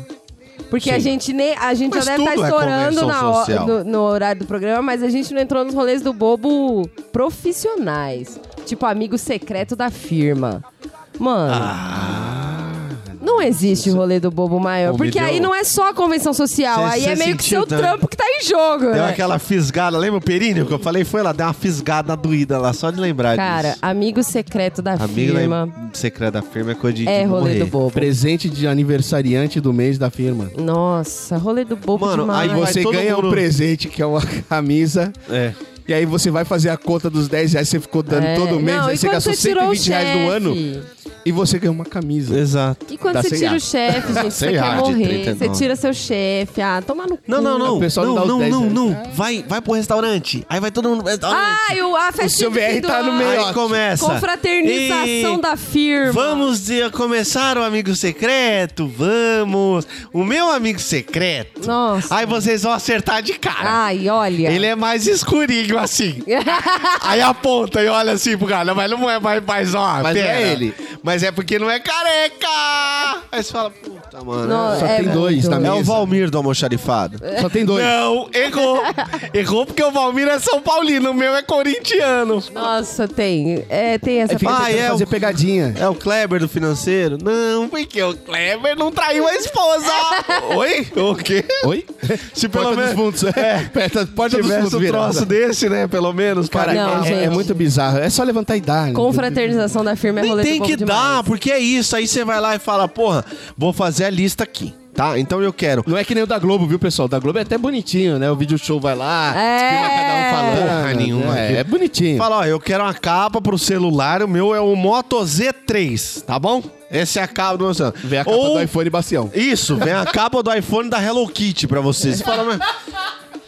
G: Porque a gente, ne, a gente
C: Mas
G: já deve estar
C: tudo é
G: estourando
C: convenção
G: na ho-
C: social.
G: no, no horário do programa, mas a gente não entrou nos rolês do bobo profissionais. Tipo, amigo secreto da firma. Mano. Não existe rolê do bobo maior.
C: Ah. Ô,
G: Porque
C: me deu-
G: aí não é só a convenção social,
C: Cê-
G: aí é
C: cê
G: meio que
C: sentiu
G: seu
C: também?
G: trampo que tá em jogo.
C: Deu
G: né?
C: aquela fisgada, lembra o períneo que eu falei? Foi lá, deu uma fisgada doída lá, só de lembrar
G: Cara,
C: disso.
G: amigo secreto da
C: Amigo
G: firma.
C: da secreto da firma é coisa de
G: É
C: de
G: rolê
C: morrer.
G: do bobo.
D: Presente de aniversariante do mês da firma.
G: Nossa, rolê do bobo
C: Mano,
G: demais.
C: aí
D: Aí você
C: vai todo
D: ganha um
C: mundo-
D: presente, que é uma camisa.
C: É.
D: E aí você vai fazer a conta dos 10 reais que você ficou dando
G: É.
D: todo mês.
G: Não,
D: aí
G: e
D: você
G: quando
D: gastou
G: você tirou o
D: 120 reais no ano
G: chefe?
D: e você ganhou uma camisa.
C: Exato.
G: E quando
D: Dá
G: você
D: sem
G: tira
D: ar.
G: o chefe, gente, você
C: Sem
G: quer
C: ar de
G: morrer.
C: 39.
G: Você tira seu chefe. Ah, toma no cu.
C: Não, não, não.
D: O né? pessoal
C: não,
D: dá os
C: não,
D: 10
C: não,
D: reais.
C: não. Vai, vai pro restaurante. Aí vai todo mundo pro restaurante.
G: Ah, o, a festinha
D: O seu
G: de fim
D: VR
G: do
D: tá no
G: ano.
D: meio, ó.
C: Aí começa.
G: Confraternização
C: E-
G: da firma.
C: Vamos de- começar o amigo secreto, vamos. O meu amigo secreto.
G: Nossa.
C: Aí vocês vão acertar de
D: Ah.
C: cara.
G: Ai, olha.
C: Ele é mais escurinho assim. Aí aponta e olha assim pro cara. Mas não é mais, mais ó.
D: Mas
C: pera.
D: é ele.
C: Mas é porque não é careca. Aí você fala, puta, mano.
G: Nossa,
D: Só
G: é
D: tem dois tá
G: muito.
D: na
C: É o
D: mesa.
C: Valmir do Almoxarifado.
D: Só tem dois.
C: Não, errou. errou porque o Valmir é São Paulino, o meu é corintiano.
G: Nossa, tem. É, tem essa
D: Aí fica
C: Ah,
D: tentando
C: é o-
D: fazer pegadinha.
C: É o Kleber do financeiro? Não, porque o Kleber não traiu a esposa. Oi? O quê?
D: Oi?
C: Se
D: Porta
C: pelo
D: dos
C: menos
D: fundos. É, porta, porta dos fundos
C: tivesse um
D: virada.
C: troço desse, né? Pelo menos,
D: Cara,
C: cara.
G: Não,
D: é- é,
G: gente.
D: muito bizarro. É só levantar e dar. né?
G: confraternização da firma é
C: Nem
G: rolê
C: tem
G: do bobo
C: que
G: demais.
C: dar, porque é isso. Aí você vai lá e fala, porra, vou fazer a lista aqui, tá? Então eu quero.
D: Não é que nem o da Globo, viu, pessoal? O da Globo é até bonitinho, né? O vídeo show vai lá,
G: É.
D: filma cada um falando.
C: Porra nenhuma.
D: É, é bonitinho.
C: Fala, ó, eu quero uma capa pro celular, o meu é o Moto Z3, tá bom? Essa é a capa do meu celular.
D: Vê a capa
C: Ou-
D: do iPhone Bacião.
C: Isso, vem a capa do iPhone da Hello Kitty pra vocês. Você Fala, mas...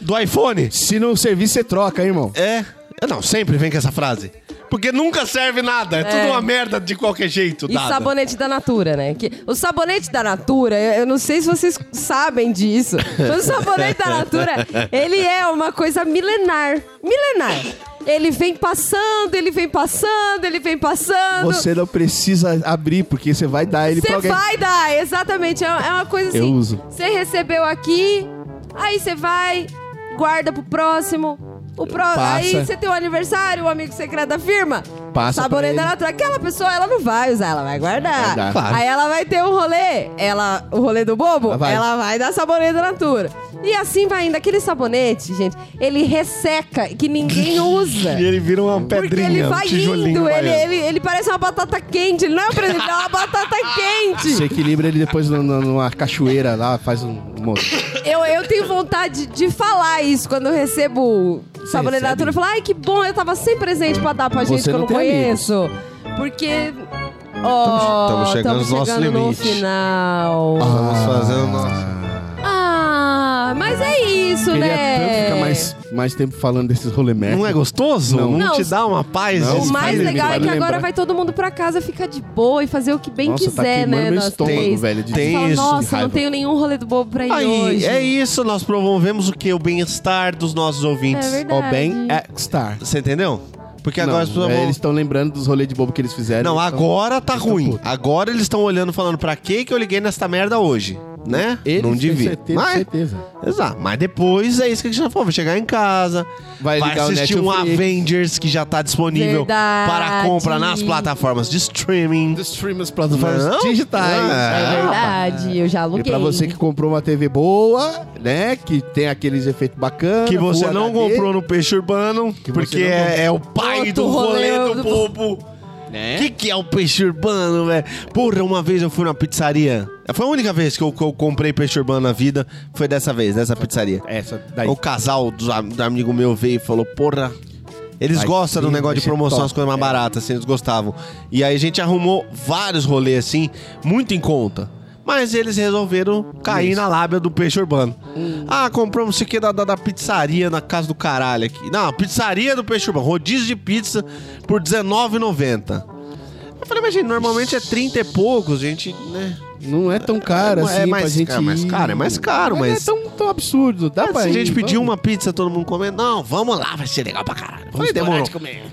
C: Do iPhone?
D: Se não servir, você troca, hein, irmão.
C: É. É, Não, sempre vem com essa frase. Porque nunca serve nada. É, tudo uma merda de qualquer jeito.
G: E
C: dada.
G: sabonete da Natura, né? Que, o sabonete da Natura, eu, eu não sei se vocês sabem disso, mas o sabonete da Natura, ele é uma coisa milenar. Milenar. Ele vem passando, ele vem passando, ele vem passando.
D: Você não precisa abrir, porque você vai dar ele pra
G: Você
D: alguém.
G: vai dar, exatamente. É é uma coisa assim.
D: Eu uso.
G: Você recebeu aqui, aí você vai, guarda pro próximo. O pró
D: Passa.
G: Aí você tem o aniversário, o amigo secreto da firma.
D: Passa pra
G: Saboreio
D: ele.
G: da natureza. Aquela pessoa, ela não vai usar, ela vai guardar.
D: Vai dar. Claro.
G: Aí ela vai ter um rolê, ela, o rolê do bobo,
D: Ela vai.
G: ela vai dar saboreio da natura. E assim vai indo. Aquele sabonete, gente, ele resseca, que ninguém usa.
C: E ele vira uma
G: Porque
C: pedrinha,
G: ele
C: um
G: vai
C: tijolinho.
G: indo, ele, é
C: baiano.
G: ele, ele parece uma batata quente. Ele não é um presente, ele é uma batata quente.
D: Você equilibra ele depois no- no- numa cachoeira lá, faz um monte.
G: Eu, eu tenho vontade de falar isso quando eu recebo sabonete da
D: recebe?
G: natura. Eu falo, ai, que bom, eu tava sem presente pra dar pra gente que
D: Você
G: eu não
D: não tem
G: conheço. Porque. Ó,
C: Tamo chegando
G: tamo
C: no nosso
G: chegando no
C: limite.
G: final. Ah,
C: Estamos fazendo nossa.
G: mas é isso,
D: Queria tanto
G: né?
D: ficar mais, mais tempo falando desses rolê merda.
C: Não é gostoso?
D: Não.
C: Não,
G: Não,
C: te dá uma paz?
D: não.
G: O
C: Esse
G: mais
D: Vale
G: legal é que
D: lembrar.
G: agora vai todo mundo pra casa ficar de boa e fazer o que bem
D: Nossa, tá
G: quiser,
D: queimando
G: né?
D: meu
G: nós
D: estômago,
G: três.
D: velho, de-
G: Você
C: Tem
G: fala,
C: isso, de
G: nossa, não
D: raiva."
G: tenho nenhum rolê do bobo pra ir
C: Aí,
G: hoje.
C: é isso, nós promovemos o que? O bem-estar dos nossos ouvintes.
G: É
D: Ó,
G: verdade.
D: bem, é Star.
C: Você entendeu? Porque agora as
D: não,
C: pessoas
D: é,
C: vão-
D: eles estão lembrando dos rolês de bobo que eles fizeram. então
C: Não,
D: Eles tão-
C: agora tá
D: tão
C: ruim.
D: putos.
C: Agora eles estão olhando falando pra que que eu liguei nesta merda hoje, né?
D: Eles,
C: não
D: com
C: devia.
D: Certeza,
C: Mas,
D: certeza.
C: exato. Mas depois é isso que a gente já falou. Vai chegar em casa, vai,
D: Vai ligar o
C: assistir um
D: Netflix.
C: Avengers que já tá disponível
G: Verdade.
C: para compra nas plataformas de streaming.
D: Dos streamers, plataformas
C: Não?
D: digitais.
C: É.
G: É verdade, eu já
D: E
G: aluguei.
D: pra você que comprou uma TV boa, né? Que tem aqueles efeitos bacanas.
C: Que você
D: Full
C: não
D: HD,
C: comprou no Peixe Urbano,
D: Que você
C: porque
D: não
C: é,
D: comprou. Né?
C: é o pai
G: Outro
C: do rolê
G: rolê
C: do
G: do
C: bobo. O que, que é o peixe urbano, velho? Porra, uma vez eu fui numa pizzaria. Foi a única vez que eu, que eu comprei peixe urbano na vida. Foi dessa vez, dessa pizzaria.
D: Essa daí.
C: O Um casal do, am- do amigo meu veio e falou, porra. Eles
D: Vai
C: gostam do
D: sim,
C: negócio de
D: vai ser
C: promoção,
D: top.
C: as coisas mais baratas, assim, eles gostavam. E aí a gente arrumou vários rolês, assim, muito em conta. Mas eles resolveram cair na lábia do peixe urbano.
D: Hum.
C: Ah, compramos isso aqui da, da, da pizzaria na casa do caralho aqui. Não, pizzaria do peixe urbano, rodízio de pizza por R$19,90. Eu falei, mas gente, normalmente é 30 e poucos, gente, né?
D: Não é tão caro
C: É
D: assim
C: mais
D: pra gente
C: caro, é mais
D: ir.
C: caro, é mais caro,
D: não
C: mas-
D: é tão, tão absurdo. Dá
C: Ah,
D: pra
C: se a gente
D: ir,
C: pedir
D: vamos.
C: uma pizza, todo mundo comendo. Não, vamos lá, vai ser legal pra caralho. Vamos demorou.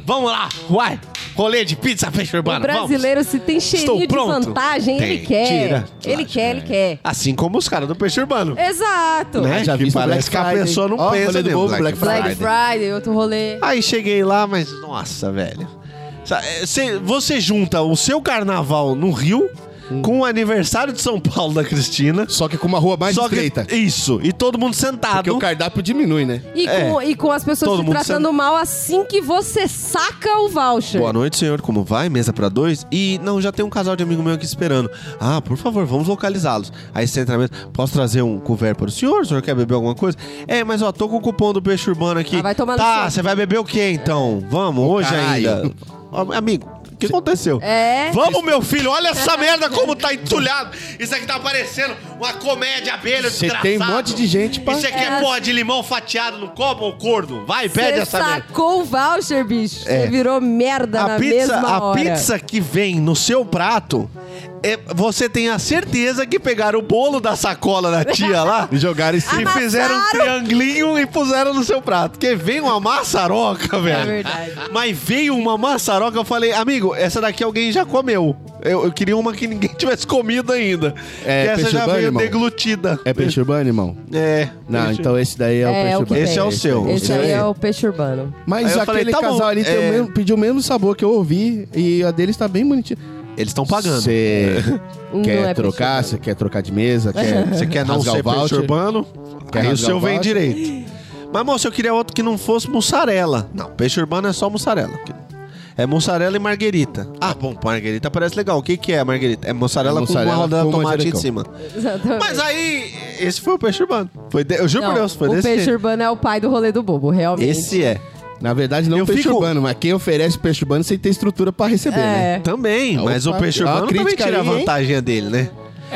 C: Vamos lá, uai. Rolê de pizza, peixe
G: O
C: urbano, vamos.
G: brasileiro, se tem
C: Estou
G: cheirinho de
C: pronto.
G: vantagem,
C: Tem.
G: ele quer.
C: Tira.
G: Ele quer, ele quer.
C: Assim como os caras do peixe urbano.
G: Exato.
C: Né?
D: já
C: que
D: visto
C: parece
D: Black
C: que a
D: Friday.
C: pessoa não
D: Ó,
C: pensa
D: rolê do
C: no
D: povo, Black
G: Black Friday, outro rolê.
C: Aí cheguei lá, mas nossa, velho. Sa- é, cê- Você junta o seu carnaval no Rio
D: Hum.
C: com o aniversário de São Paulo da Cristina.
D: Só que com uma rua mais
C: só que- tá
D: estreita.
C: Isso, e todo mundo sentado.
D: Porque o cardápio diminui, né?
G: E,
C: É.
G: com, e com as pessoas
C: Todo
G: te
C: mundo
G: tratando mal assim que você saca o voucher.
C: Boa noite, senhor. Como vai? Mesa pra dois? E não, já tem um casal de amigo meu aqui esperando. Ah, por favor, vamos localizá-los. Aí você entra na mesa. Posso trazer um couvert para o senhor? O senhor quer beber alguma coisa? É, mas ó, tô com o cupom do peixe urbano aqui.
G: Ah, vai tomar no
C: Tá,
G: seu.
C: você vai beber o quê então? Vamos, hoje
D: caralho.
C: ainda. Ó, amigo, o que aconteceu?
G: É.
C: Vamos, meu filho, olha essa merda como tá entulhado. Isso aqui tá parecendo uma comédia abelha
D: Você
C: desgraçada.
D: tem um monte de gente pra.
C: Isso aqui é, porra de limão fatiado no copo ou corno? Vai, pede
G: Você
C: essa merda. É.
G: sacou o voucher, bicho. Você virou merda na
C: A pizza,
G: mesma
C: a
G: hora.
C: pizza que vem no seu prato, é, você tem a certeza que pegaram o bolo da sacola da tia lá
D: E jogaram em
C: e
D: cima.
C: fizeram um triangulinho e puseram no seu prato. Porque vem uma maçaroca, velho.
G: É verdade.
C: Mas veio uma maçaroca, eu falei, amigo, essa daqui alguém já comeu. Eu, eu queria uma que ninguém tivesse comido ainda.
D: É
C: E essa
D: peixe
C: já
D: urbano,
C: veio
D: irmão?
C: deglutida.
D: É peixe urbano, irmão?
C: É.
D: Não,
C: peixe-
D: então esse daí é, o
G: É,
D: peixe
G: o que
D: urbano.
C: Esse é o seu.
G: Esse
C: Isso
G: aí
C: aí.
G: é o peixe urbano.
D: Mas
C: Aí eu
D: aquele
C: falei, tá bom,
D: casal ali tem o
C: é.
D: mesmo- pediu o mesmo sabor que eu ouvi e a deles tá bem bonitinha.
C: Eles estão pagando.
D: Você
G: Não
D: quer
G: é
D: trocar,
G: peixe
D: você quer trocar de mesa, quer,
C: Você quer não
D: rasgar
C: ser
D: o voucher?
C: peixe urbano?
D: Quer
C: aí o
D: rasgar
C: seu
D: o
C: vem
D: voucher?
C: direito. Mas, moço, eu queria outro que não fosse mussarela. Não, peixe urbano é só mussarela. É mussarela e marguerita. Ah, bom, marguerita parece legal. O que, que é marguerita? É mussarela,
D: É
C: com
D: mussarela
C: uma rodela de
D: com
C: tomate em
D: manjericão.
C: cima.
G: Exatamente.
C: Mas aí, esse foi o peixe urbano. Foi de- Eu juro
G: Não,
C: por Deus, foi
G: o
C: desse
G: peixe
C: jeito.
G: urbano é o pai do rolê do bobo, realmente.
C: Esse é.
D: Na verdade, não
C: Eu
D: peixe
C: fico-
D: urbano, mas quem oferece peixe urbano sem ter estrutura pra receber, né?
G: é.
C: Também,
D: Ah,
C: mas
D: opa,
C: o peixe
D: ó a
C: urbano também
D: crítica
C: tira a
D: aí, hein? É.
C: vantagem dele, né?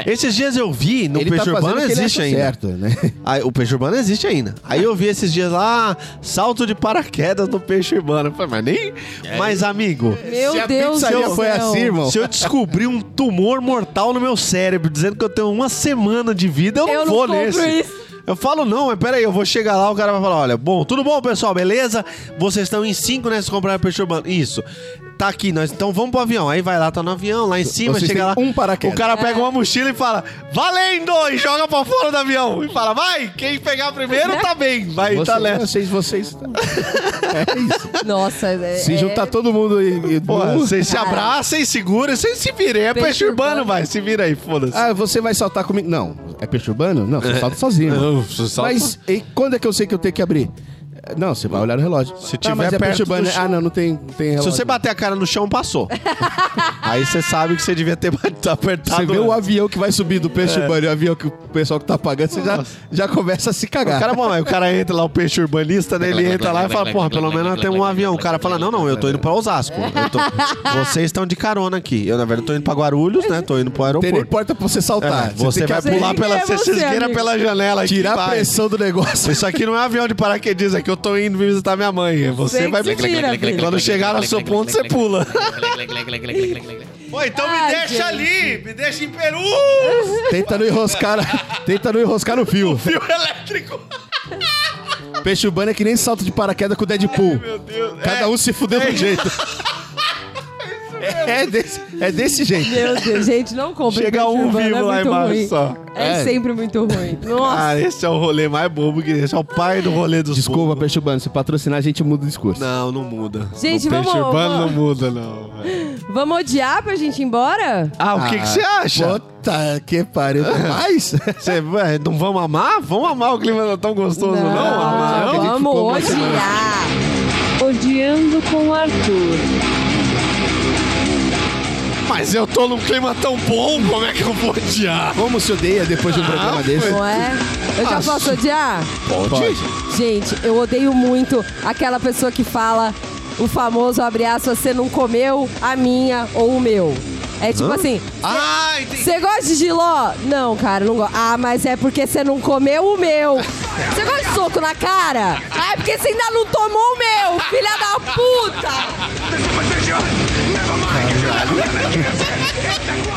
C: Esses dias eu vi, no
D: Ele
C: peixe
D: tá fazendo
C: urbano
D: o que ele
C: existe
D: acha
C: ainda.
D: Certo, né?
C: Aí, o peixe urbano existe ainda. Aí eu vi esses dias lá, salto de paraquedas no peixe urbano. Eu falei, mas nem. Mas, amigo,
G: Meu
D: Se a
G: Deus do
D: pizzaria
G: céu.
D: foi assim, irmão.
C: se eu descobrir um tumor mortal no meu cérebro dizendo que eu tenho uma semana de vida, eu não, vou
G: compro
C: nesse.
G: isso.
C: Eu falo, não, mas peraí, eu vou chegar lá, o cara vai falar, olha, bom, tudo bom, pessoal, beleza? Vocês estão em cinco, né? Vocês compraram peixe urbano. Isso. Tá aqui, nós, então vamos pro avião. Aí vai lá, tá no avião, lá em cima,
D: Vocês
C: chega
D: têm
C: lá.
D: um paraquedas.
C: O cara pega uma mochila e fala, valendo! E joga pra fora do avião. E fala, vai, quem pegar primeiro tá bem. Vai, tá
D: Você-
C: leve.
D: Vocês, vocês. É isso.
G: Nossa, é.
D: Se juntar todo mundo e. e-
C: Pô, vocês se
G: cara.
C: abraçam, vocês seguram, vocês se virem. É peixe,
G: Peixe
C: urbano,
G: urbano.
C: vai, se vira aí, foda-se.
D: Ah, você vai saltar comigo? Não. É peixe urbano? Não, você salta sozinho.
C: Eu salto-
D: Mas e quando é que eu sei que eu tenho que abrir? Não, você vai olhar no relógio.
C: Se
D: Tá,
C: tiver
D: mas é
C: perto
D: peixe
C: do
D: urbano.
C: chão.
D: Ah, não, não tem, não tem
C: Se
D: relógio.
C: você bater a cara no chão, passou. Aí você sabe que você devia ter batido- apertado. né?
D: Você vê o
C: antes.
D: avião que vai subir do
C: É.
D: peixe urbano e o avião que o pessoal que tá pagando, você já, já começa a se cagar.
C: O cara, bom, aí o cara entra lá, o peixe urbanista, né? Ele entra lá e fala, porra, pelo menos nós temos um avião. O cara fala, não, não, eu tô indo pra Osasco. Eu tô- Vocês estão de carona aqui. Eu, na verdade, tô indo pra Guarulhos, né? Tô indo pro
D: Não tem nem
C: aeroporto.
D: porta pra você
C: É,
D: saltar.
C: você
D: tem que
C: vai
D: abrir,
C: pular pela...
G: É
C: Você se
G: você,
C: esgueira
G: amigo.
C: pela janela aqui,
D: tirar a
C: vai.
D: pressão do negócio.
C: Isso aqui não é um avião de paraquedismo, é que eu tô indo visitar minha mãe. Você
G: Você
C: vai
G: que se vira, filho.
C: Quando chegar no seu ponto, você pula. Pô, então me
G: Ai,
C: deixa
G: gente.
C: ali, me deixa em Peru!
D: Tenta não enroscar, na- tenta não enroscar no fio.
C: Fio elétrico!
D: Peixe urbano é que nem salto de paraquedas com o Deadpool.
C: Meu Deus. É.
D: Cada um se fudeu de um jeito. É desse, é desse jeito.
G: Meu Deus, gente, não compre.
C: Chega
G: peixe
C: um
G: urbano,
C: vivo
G: é
C: lá
G: muito
C: embaixo
G: ruim.
C: só.
G: É,
D: É.
G: sempre muito ruim. Nossa.
C: Ah, esse é o rolê mais bobo que esse é o pai do rolê dos
D: Desculpa,
C: bobos.
D: Peixe Urbano, se patrocinar a gente muda o discurso.
C: Não, não muda.
G: Gente,
C: o
G: vamos-
C: peixe urbano
G: vamos-
C: não muda, não. velho.
G: Vamos odiar pra gente ir embora?
C: Ah, o que que você acha? Ah.
D: Puta que pariu. Mas...
C: Cê, ué, não vamos amar? Vamos amar o clima não é tão gostoso, não? amar, não?
D: gente
G: vamos
D: ficou uma semana.
G: odiar.
B: Odiando com Arthur.
C: Mas eu tô num clima tão bom, como é que eu vou odiar?
D: Como se odeia depois de um programa desse?
G: Não é? Eu já posso odiar?
D: Pode.
G: Gente, eu odeio muito aquela pessoa que fala o famoso abre aspas, você não comeu a minha ou o meu. É tipo assim,
C: Ah, entendi.
G: você gosta de giló? Não, cara, não gosto. Ah, mas é porque você não comeu o meu. Você gosta de soco na cara? Ah, é porque você ainda não tomou o meu, filha da puta!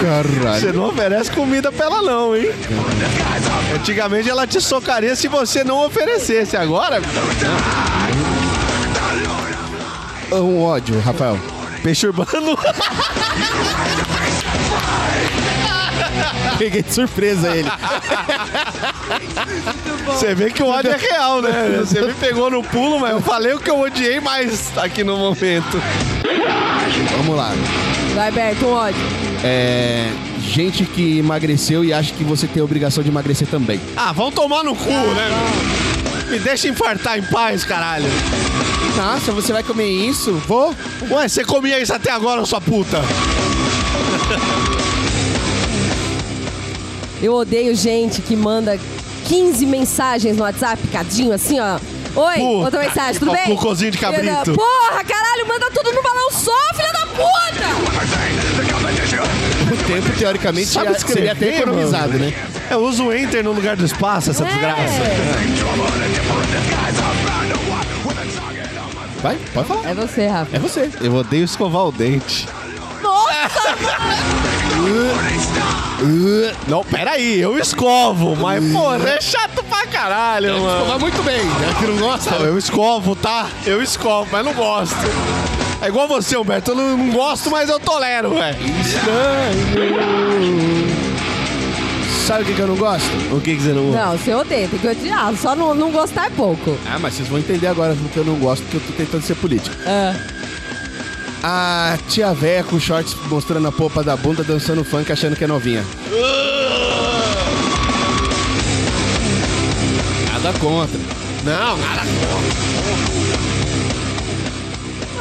C: Você
D: Caralho.
C: não oferece comida pra ela, não, hein? Antigamente ela te socaria se você não oferecesse. Agora,
D: É Um ódio, Rafael.
C: peixe urbano.
D: Peguei de surpresa ele.
C: Você vê que o ódio é real, né? Você me pegou no pulo, mas eu falei o que eu odiei mais aqui no momento.
D: Vamos lá.
G: Vai, Berto, um ódio.
D: É... Gente que emagreceu e acha que você tem a obrigação de emagrecer também.
C: Ah, vão tomar no cu, né? Me deixa infartar em paz, caralho.
D: Nossa, você vai comer isso? Vou.
C: Ué, você comia isso até agora, sua puta.
G: Eu odeio gente que manda 15 mensagens no WhatsApp, cadinho, assim, ó. Oi,
C: Puta
G: outra mensagem, tudo
C: que
G: bem?
C: pariu, cocôzinho de
G: Filha da-
C: cabrito.
G: Porra, caralho, manda tudo no balão só, filha da puta!
D: O tempo, teoricamente,
C: Sabe
D: seria- seria até
C: escrever, É,
D: economizado, né?
C: Eu uso o enter no lugar do espaço,
G: É.
C: essa desgraça.
D: Vai, pode falar.
G: É você, Rafa.
D: É você.
C: Eu odeio escovar o dente.
G: Nossa,
C: Não, peraí, eu escovo, mas, porra, é chato pra caralho, mano.
D: Mas muito bem. É que não gosta.
C: Não, eu escovo, tá? Eu escovo, mas não gosto. É igual você, Humberto. Eu não, não gosto, mas eu tolero, velho.
D: Sabe o que, que eu não gosto?
C: O que, que você não
G: não, você odeia, tem que odiar, só não, não gostar é pouco.
D: Ah, mas vocês vão entender agora porque eu não gosto, porque eu tô tentando ser político.
G: Ah.
D: A tia véia com shorts mostrando a polpa da bunda, dançando funk, achando que é novinha. Nada contra.
C: Não, nada.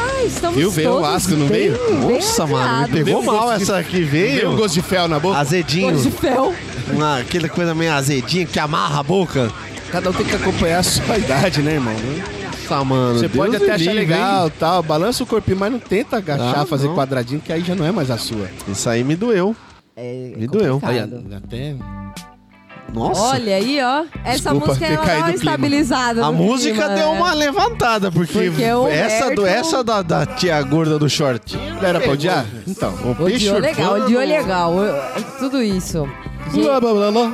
G: Ai, É, estamos
D: Viu? Veio o
G: todos
D: asco, não
G: bem-
D: veio?
G: bem
C: Nossa, mano, me
G: afiados.
C: pegou
D: Deu
C: mal
D: gosto de-
C: essa aqui,
D: Veio um
C: veio.
D: gosto de fel na boca.
C: Azedinho.
G: Cor de fel.
C: Uma, aquela coisa meio azedinha que amarra a boca.
D: Cada um tem que acompanhar a sua idade, né, irmão?
C: Nossa, Tá, mano.
D: Você
C: Deus
D: pode
C: me
D: até achar
C: livre,
D: legal tal, balança o corpinho, mas não tenta agachar,
C: Ah,
D: fazer
C: não.
D: quadradinho, que aí já não é mais a sua.
C: hein? Isso aí me doeu.
G: É
C: Me doeu.
D: Aí,
G: complicado.
D: até...
C: Nossa.
G: Olha aí, ó. Essa
D: Desculpa
G: música é
D: ter
G: ela dá
D: caído
G: uma
D: o clima.
G: estabilizada.
C: A
G: no
C: música
G: clima,
C: deu
G: né?
C: uma levantada, porque,
G: Porque o
C: essa, do,
G: Humberto-
C: essa da, da tia gorda do short.
D: Era pra odiar? Então.
C: O peixe
G: Odiou legal,
C: urbano-
G: odiou legal. Eu- Tudo isso. Gente,
D: Blá, blá, blá, blá.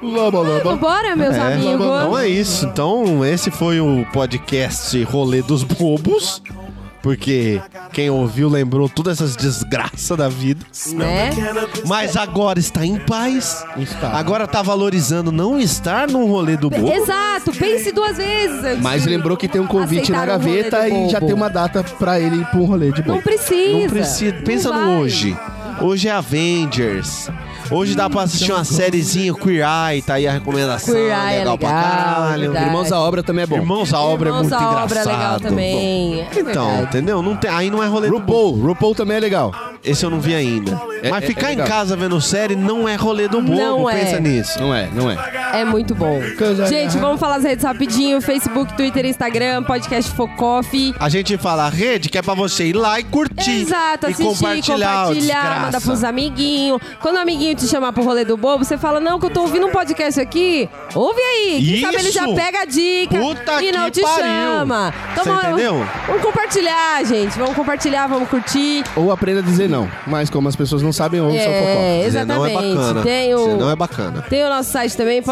D: Vamos, vamos.
G: Bora, meus
C: É,
G: amigos.
C: Então é isso. Então, esse foi o podcast Rolê dos Bobos. Porque quem ouviu lembrou todas essas desgraças da vida.
G: Né?
C: Mas agora está em paz.
D: Está.
C: Agora está valorizando não estar num rolê do bobo.
G: Exato, pense duas vezes. antes
D: Mas
G: de
D: lembrou que tem um convite
G: aceitar
D: na
G: um rolê
D: gaveta
G: do
D: e já
G: bobo.
D: tem uma data pra ele ir pra um rolê de
G: Não
D: bobo.
G: precisa.
C: Não precisa. Pensa
G: Não
C: no
G: vai.
C: hoje. Hoje é Avengers. Hoje dá pra assistir uma sériezinha Queer Eye, tá aí a recomendação.
G: Queer Eye é
C: legal, pra
G: legal,
C: caralho.
G: verdade.
D: Irmãos à obra também é bom.
C: Irmãos à obra
G: Irmãos
C: é muito
G: à obra é
C: engraçado.
G: legal também. É
C: Então,
G: verdade.
C: entendeu? Não tem, aí não é rolê do bobo.
D: RuPaul, RuPaul também é legal.
C: Esse eu não vi ainda.
D: É-
C: Mas
D: é-
C: ficar
D: é
C: em
D: legal.
C: casa vendo série não é rolê do bobo.
G: Não é.
C: pensa nisso.
D: Não é, não é.
G: É muito bom.
D: Coisa
G: Gente,
D: errada.
G: vamos falar as redes rapidinho. Facebook, Twitter, Instagram, podcast Focoff.
C: A gente fala a rede que é pra você ir lá e curtir.
G: Exato,
C: e
G: assistir,
C: compartilhar, ô desgraça.
G: manda pros amiguinhos. Quando o amiguinho te chamar pro rolê do bobo, você fala: Não, que eu tô ouvindo um podcast aqui. Ouve aí. Quem sabe ele
C: Isso.
G: já pega a dica
C: Puta
G: e não
C: que
G: te
C: pariu.
G: chama. Então
C: Você
G: vamos-
C: entendeu?
G: Vamos compartilhar, gente. Vamos compartilhar, vamos curtir.
D: Ou aprenda a dizer não. Mas como as pessoas não sabem, ou só
G: É,
D: focó.
C: Dizer não é
G: exatamente.
C: bacana.
G: Tem
C: Dizer
G: o
C: não é bacana.
G: Tem o nosso site também,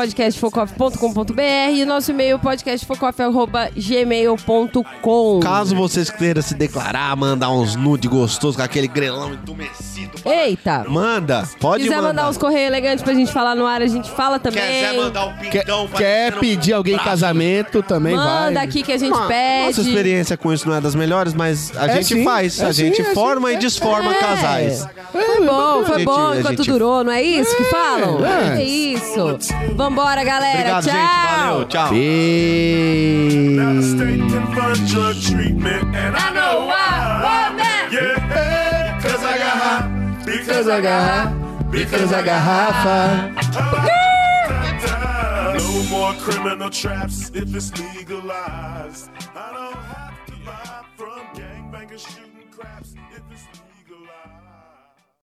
G: podcastfocoff.com.br e o nosso e-mail, podcastfocoff.gmail.com.
C: Caso vocês queiram se declarar, mandar uns nude gostosos com aquele grelão entumecido.
G: Eita!
C: Manda, pode
G: Quiser
C: mandar.
G: mandar uns correios elegantes pra gente falar no ar, a gente fala também.
C: Quiser mandar um
D: Quer,
C: pintão pra-
D: quer pedir alguém em casamento também vai.
G: Manda aqui que a gente pede.
C: Nossa experiência com isso não é das melhores, mas a
D: É
C: gente
D: sim,
C: faz.
D: é
C: a
D: sim,
C: gente
D: é
C: forma
D: sim,
C: e desforma
G: É.
C: casais.
G: Foi bom, foi
C: Gente,
G: bom
C: a
G: enquanto
C: gente-
G: durou, não é isso que falam?
D: é.
G: É, isso. Vambora, galera.
C: Obrigado,
G: tchau.
C: gente. Valeu, tchau.
G: I know I want that.
H: Because I got
D: Because a garrafa.
H: no more criminal traps if it's legalized. I don't have to buy from gangbangers shooting craps if it's legalized.